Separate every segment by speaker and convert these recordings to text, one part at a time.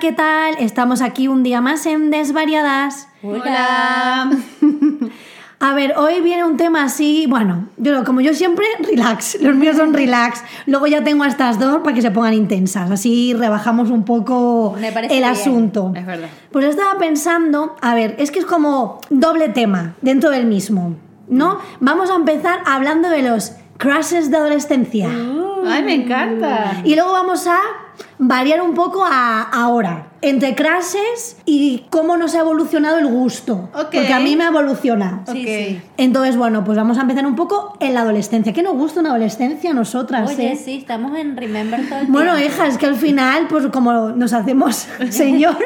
Speaker 1: ¿qué tal? Estamos aquí un día más en Desvariadas.
Speaker 2: Hola.
Speaker 1: A ver, hoy viene un tema así, bueno, yo como yo siempre, relax. Los míos son relax. Luego ya tengo a estas dos para que se pongan intensas. Así rebajamos un poco
Speaker 2: Me
Speaker 1: el
Speaker 2: parece bien,
Speaker 1: asunto.
Speaker 2: es verdad.
Speaker 1: Pues estaba pensando, a ver, es que es como doble tema dentro del mismo,
Speaker 2: Mm.
Speaker 1: ¿no? Vamos a empezar hablando de los crashes de adolescencia.
Speaker 2: Mm. Ay, me encanta.
Speaker 1: Y luego vamos a variar un poco a ahora, entre crashes y cómo nos ha evolucionado el gusto.
Speaker 2: Ok.
Speaker 1: Porque a mí me evoluciona.
Speaker 2: Ok.
Speaker 3: sí.
Speaker 1: Entonces, bueno, pues vamos a empezar un poco en la adolescencia. ¿Qué nos gusta una adolescencia a nosotras?
Speaker 3: Oye,
Speaker 1: eh?
Speaker 3: sí, estamos en Remember todo el
Speaker 1: Bueno,
Speaker 3: tiempo.
Speaker 1: hija, es que al final, pues como nos hacemos señora,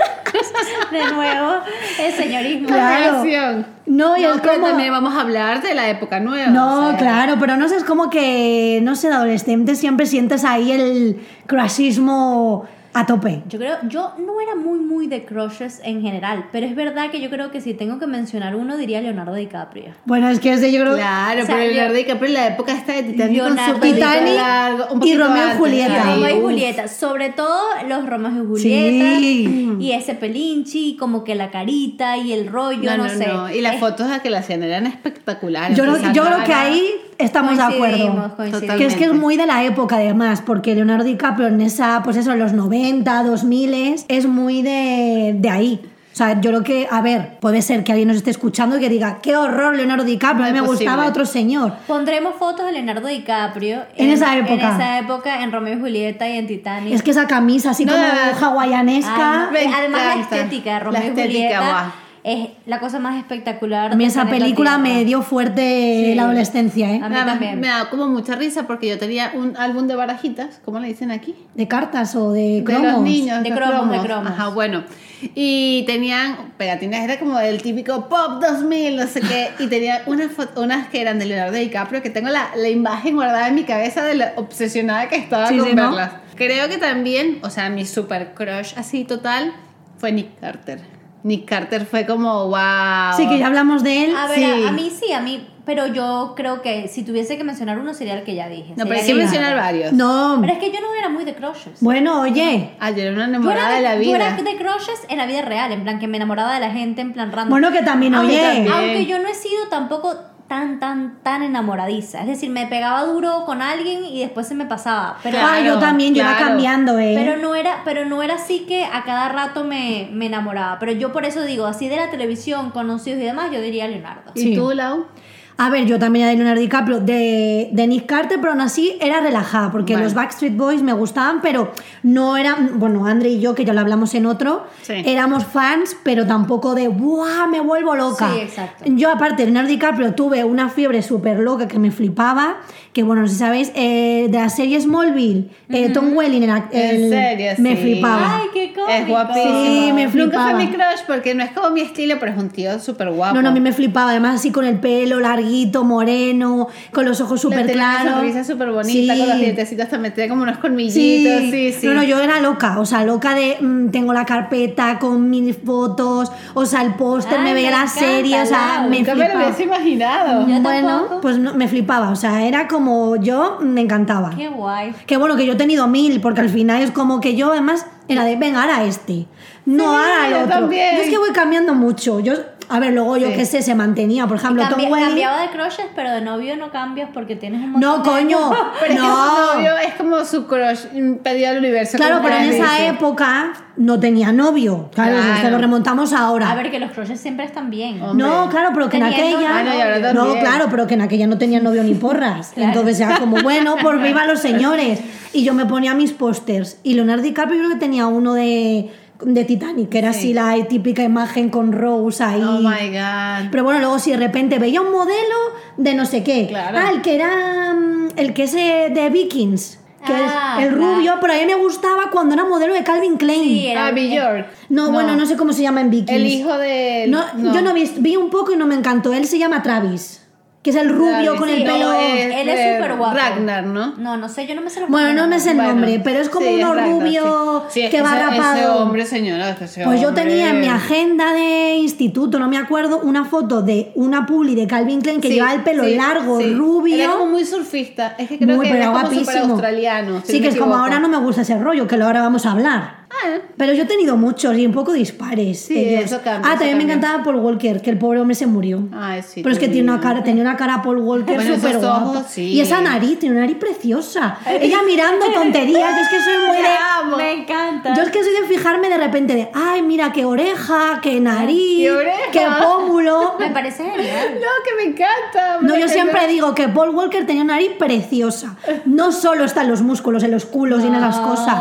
Speaker 3: De nuevo, el señorismo.
Speaker 1: claro.
Speaker 2: Relación.
Speaker 1: No, y
Speaker 2: No,
Speaker 1: es
Speaker 2: pero
Speaker 1: como...
Speaker 2: también vamos a hablar de la época nueva.
Speaker 1: No,
Speaker 2: o sea,
Speaker 1: claro, pero no sé, es como que, no sé, de adolescente siempre sientes ahí el crashismo a tope.
Speaker 3: Yo creo, yo no era muy, muy de crushes en general, pero es verdad que yo creo que si tengo que mencionar uno, diría Leonardo DiCaprio.
Speaker 1: Bueno, es que ese yo creo
Speaker 2: Claro,
Speaker 3: O sea,
Speaker 2: pero el
Speaker 3: yo-
Speaker 2: Leonardo DiCaprio en la época esta de Titanic
Speaker 3: Leonardo
Speaker 2: con su pelito
Speaker 1: DiCaprio.
Speaker 2: largo, un
Speaker 1: Y
Speaker 2: poquito
Speaker 1: Romeo y
Speaker 2: antes,
Speaker 1: Julieta.
Speaker 2: ahí,
Speaker 3: Romeo y
Speaker 2: uf.
Speaker 3: Julieta, sobre todo los Romeo y Julieta
Speaker 1: Sí.
Speaker 3: y ese pelinchi, como que la carita y el rollo,
Speaker 2: No,
Speaker 3: no,
Speaker 2: no,
Speaker 3: sé.
Speaker 2: no. Y las
Speaker 3: Es-
Speaker 2: fotos a que la hacían eran espectaculares.
Speaker 1: Yo,
Speaker 2: o
Speaker 1: creo-
Speaker 2: sea,
Speaker 1: yo creo
Speaker 2: nada,
Speaker 1: que ahí estamos de
Speaker 3: coincidimos,
Speaker 1: acuerdo.
Speaker 3: coincidimos.
Speaker 1: Que es que es
Speaker 2: Totalmente.
Speaker 1: muy de la época, además, porque Leonardo DiCaprio en esa, pues eso, en los 90, 2000, es muy de, de ahí. O sea, yo creo que, a ver, puede ser que alguien nos esté escuchando y que diga, qué horror Leonardo DiCaprio, a mí
Speaker 2: No
Speaker 1: me
Speaker 2: es posible.
Speaker 1: gustaba otro señor.
Speaker 3: Pondremos fotos de Leonardo DiCaprio
Speaker 1: En esa época.
Speaker 3: En esa época, en Romeo y Julieta y en Titanic.
Speaker 1: Es que esa camisa así
Speaker 2: No,
Speaker 1: como
Speaker 2: no, no.
Speaker 1: hawaianesca.
Speaker 3: Ay, no,
Speaker 2: me
Speaker 3: eh, además la
Speaker 2: encanta.
Speaker 3: estética de
Speaker 2: La
Speaker 3: Romeo y
Speaker 2: estética,
Speaker 3: Julieta
Speaker 2: guau.
Speaker 3: es la cosa más espectacular. este
Speaker 1: A mí
Speaker 3: del
Speaker 1: esa
Speaker 3: planeta
Speaker 1: película
Speaker 3: Tierra.
Speaker 1: me dio fuerte
Speaker 3: Sí.
Speaker 1: la adolescencia,
Speaker 3: A
Speaker 1: ¿eh?
Speaker 3: mí
Speaker 2: Nada más
Speaker 3: también.
Speaker 2: me da como mucha risa porque yo tenía un álbum de barajitas, ¿cómo le dicen aquí?
Speaker 1: De cartas o de cromos.
Speaker 2: De los niños,
Speaker 3: De
Speaker 2: los
Speaker 3: cromos, de cromos.
Speaker 2: Ajá, bueno. Y tenían pegatinas, era como del típico Pop 2000, no sé qué. Y tenía unas, fo- unas que eran de Leonardo DiCaprio, que tengo la, la imagen guardada en mi cabeza de la obsesionada que estaba
Speaker 1: Sí,
Speaker 2: con
Speaker 1: sí, ¿no?
Speaker 2: verlas. Creo que también, o sea, mi super crush así total fue Nick Carter. Nick Carter fue como, wow.
Speaker 1: Sí, que ya hablamos de él.
Speaker 3: A ver,
Speaker 2: Sí.
Speaker 3: a, a mí sí, a mí, pero yo creo que si tuviese que mencionar uno sería el que ya dije.
Speaker 2: No,
Speaker 3: sería
Speaker 2: pero sí
Speaker 3: Leonardo.
Speaker 2: mencionar varios.
Speaker 1: No.
Speaker 3: Pero es que yo no era muy de crushes.
Speaker 1: Bueno, oye.
Speaker 2: Ayer era una
Speaker 3: Yo era,
Speaker 2: enamorada de la
Speaker 3: yo era
Speaker 2: vida.
Speaker 3: de crushes en la vida real, en plan que me enamoraba de la gente, en plan random.
Speaker 1: Bueno, que también,
Speaker 3: aunque,
Speaker 1: oye.
Speaker 2: Ah,
Speaker 1: ah,
Speaker 2: también.
Speaker 3: aunque yo no he sido tampoco tan, tan, tan enamoradiza. Es decir, me pegaba duro con alguien y después se me pasaba. Pero
Speaker 1: ah, yo
Speaker 2: Claro,
Speaker 1: también, yo iba
Speaker 2: claro.
Speaker 1: cambiando, ¿eh?
Speaker 3: Pero no era, pero no era así que a cada rato me, me enamoraba. Pero yo por eso digo, así de la televisión, conocidos y demás, yo diría Leonardo.
Speaker 2: ¿Y
Speaker 1: Sí.
Speaker 2: tú, Lau?
Speaker 1: A ver, yo también era de Leonardo DiCaprio, de, de Nick Carter, pero aún así era relajada, porque
Speaker 2: Vale.
Speaker 1: los Backstreet Boys me gustaban, pero no eran, bueno, Andre y yo, que ya lo hablamos en otro,
Speaker 2: Sí.
Speaker 1: éramos fans, pero tampoco de, ¡buah, me vuelvo loca!
Speaker 3: Sí, exacto.
Speaker 1: Yo, aparte, de Leonardo DiCaprio tuve una fiebre súper loca que me flipaba, que bueno, no sé si sabéis, eh, de la serie Smallville, eh, Tom Welling, el, ac-
Speaker 2: Mm-hmm. En
Speaker 1: el-
Speaker 2: serio,
Speaker 1: me
Speaker 2: sí.
Speaker 1: flipaba.
Speaker 3: Ay, qué cómico.
Speaker 2: Es guapísimo.
Speaker 1: Sí, me
Speaker 2: Nunca
Speaker 1: flipaba.
Speaker 2: fue mi crush porque no es como mi estilo, pero es un tío súper guapo.
Speaker 1: No, no, a mí me flipaba. Además, así con el pelo larguito, moreno, con los ojos súper claros.
Speaker 2: Una sonrisa súper bonita, con los dientecitos también tiene como unos colmillitos. Sí, sí.
Speaker 1: No, no, yo era loca. O sea, loca de. mm, tengo la carpeta con mis fotos. O sea, el póster,
Speaker 3: Ay,
Speaker 1: me veía
Speaker 3: me
Speaker 1: la
Speaker 3: encanta,
Speaker 1: serie. O sea,
Speaker 3: Lau.
Speaker 1: me
Speaker 2: Nunca me lo
Speaker 1: flipaba.
Speaker 2: hubiese imaginado.
Speaker 3: Yo
Speaker 1: Bueno,
Speaker 3: tampoco.
Speaker 1: pues no, me flipaba. O sea, era como yo me encantaba.
Speaker 3: Qué guay.
Speaker 1: Que bueno, que yo he tenido mil, porque al final es como que yo además era de, venga, ahora este. No,
Speaker 2: Sí,
Speaker 1: ahora el
Speaker 2: yo
Speaker 1: otro.
Speaker 2: también.
Speaker 1: Yo es que voy cambiando mucho. Yo, a ver, luego yo
Speaker 2: Sí.
Speaker 1: qué sé, se mantenía. Por ejemplo,
Speaker 3: Cambi-
Speaker 1: Tom Welling.
Speaker 3: cambiaba de crushes, pero de novio no cambias porque tienes un montón
Speaker 1: No,
Speaker 3: de
Speaker 1: coño.
Speaker 3: años.
Speaker 2: Pero es que
Speaker 1: no.
Speaker 2: su novio es como su crush mm, pedido al universo.
Speaker 1: Claro,
Speaker 2: como
Speaker 1: pero en
Speaker 2: tres
Speaker 1: esa
Speaker 2: veces.
Speaker 1: época no tenía novio. Claro,
Speaker 2: Claro.
Speaker 1: es que lo remontamos ahora.
Speaker 3: A ver, que los crushes siempre están bien.
Speaker 2: Hombre.
Speaker 1: no, claro, pero que en
Speaker 3: Teniendo
Speaker 1: aquella.
Speaker 2: Ah, no, y ahora
Speaker 1: no,
Speaker 2: también.
Speaker 1: claro, pero que en aquella no tenía novio ni porras.
Speaker 3: Claro.
Speaker 1: Entonces era como, bueno, por viva los señores. Y yo me ponía mis pósters. Y Leonardo DiCaprio yo creo que tenía uno de, de Titanic, que era así la típica imagen con Rose ahí.
Speaker 2: Oh my god.
Speaker 1: Pero bueno, luego si de repente veía un modelo de no sé qué.
Speaker 2: Claro.
Speaker 1: Ah, el que era. mm, El que es eh, de Vikings. Que
Speaker 3: Ah,
Speaker 1: es el
Speaker 3: claro.
Speaker 1: rubio, pero a mí me gustaba cuando era modelo de Calvin Klein.
Speaker 3: Sí, era-
Speaker 2: Abby Ah, York.
Speaker 1: No, bueno, no sé cómo se llama en Vikings.
Speaker 2: eh. El hijo de.
Speaker 1: No, Yo no vi, vi un poco y no me encantó. Él se llama Travis, que es el rubio
Speaker 2: Travis,
Speaker 1: con el
Speaker 2: sí.
Speaker 1: pelo.
Speaker 2: No, es-
Speaker 3: Él es
Speaker 2: eh,
Speaker 3: súper guapo.
Speaker 2: Ragnar, ¿no?
Speaker 3: No, no sé, yo no me sé los
Speaker 1: Bueno, no me
Speaker 3: nombres.
Speaker 1: sé el
Speaker 2: Bueno,
Speaker 1: nombre, pero es como
Speaker 2: sí,
Speaker 1: uno
Speaker 2: Ragnar,
Speaker 1: rubio
Speaker 2: sí. Sí, es
Speaker 1: que va
Speaker 2: ese-
Speaker 1: rapado.
Speaker 2: Ese hombre, señora, es que ese
Speaker 1: Pues yo
Speaker 2: hombre.
Speaker 1: tenía en mi agenda de instituto, no me acuerdo, una foto de una puli de Calvin Klein que
Speaker 2: Sí,
Speaker 1: llevaba el pelo
Speaker 2: sí,
Speaker 1: largo,
Speaker 2: sí.
Speaker 1: rubio.
Speaker 2: Era como muy surfista. Es que creo
Speaker 1: Muy,
Speaker 2: que
Speaker 1: pero
Speaker 2: era como
Speaker 1: guapísimo.
Speaker 2: super australiano.
Speaker 1: sí, que es como ahora no me gusta ese rollo, que lo ahora vamos a hablar.
Speaker 2: mal.
Speaker 1: Pero yo he tenido muchos y un poco dispares.
Speaker 2: Sí,
Speaker 1: ellos.
Speaker 2: eso cambia,
Speaker 1: Ah,
Speaker 2: eso
Speaker 1: también me
Speaker 2: cambia. Ah,
Speaker 1: encantaba Paul Walker, que el pobre hombre se murió.
Speaker 2: Ay, sí.
Speaker 1: Pero es que tiene una cara, tenía una cara Paul Walker
Speaker 2: Bueno, esos
Speaker 1: súper guapa.
Speaker 2: ojos, sí.
Speaker 1: Y esa nariz, tiene una nariz preciosa. Ella mirando tonterías, yo es que soy muy de...
Speaker 3: Me encanta.
Speaker 1: Yo es que soy de fijarme de repente de, ay, mira, qué oreja, qué nariz,
Speaker 2: Qué oreja.
Speaker 1: qué pómulo.
Speaker 3: Me parece genial.
Speaker 2: No, que me encanta.
Speaker 1: No,
Speaker 2: me
Speaker 1: yo
Speaker 2: encanta.
Speaker 1: siempre digo que Paul Walker tenía una nariz preciosa. No solo están los músculos, en los culos y en esas cosas.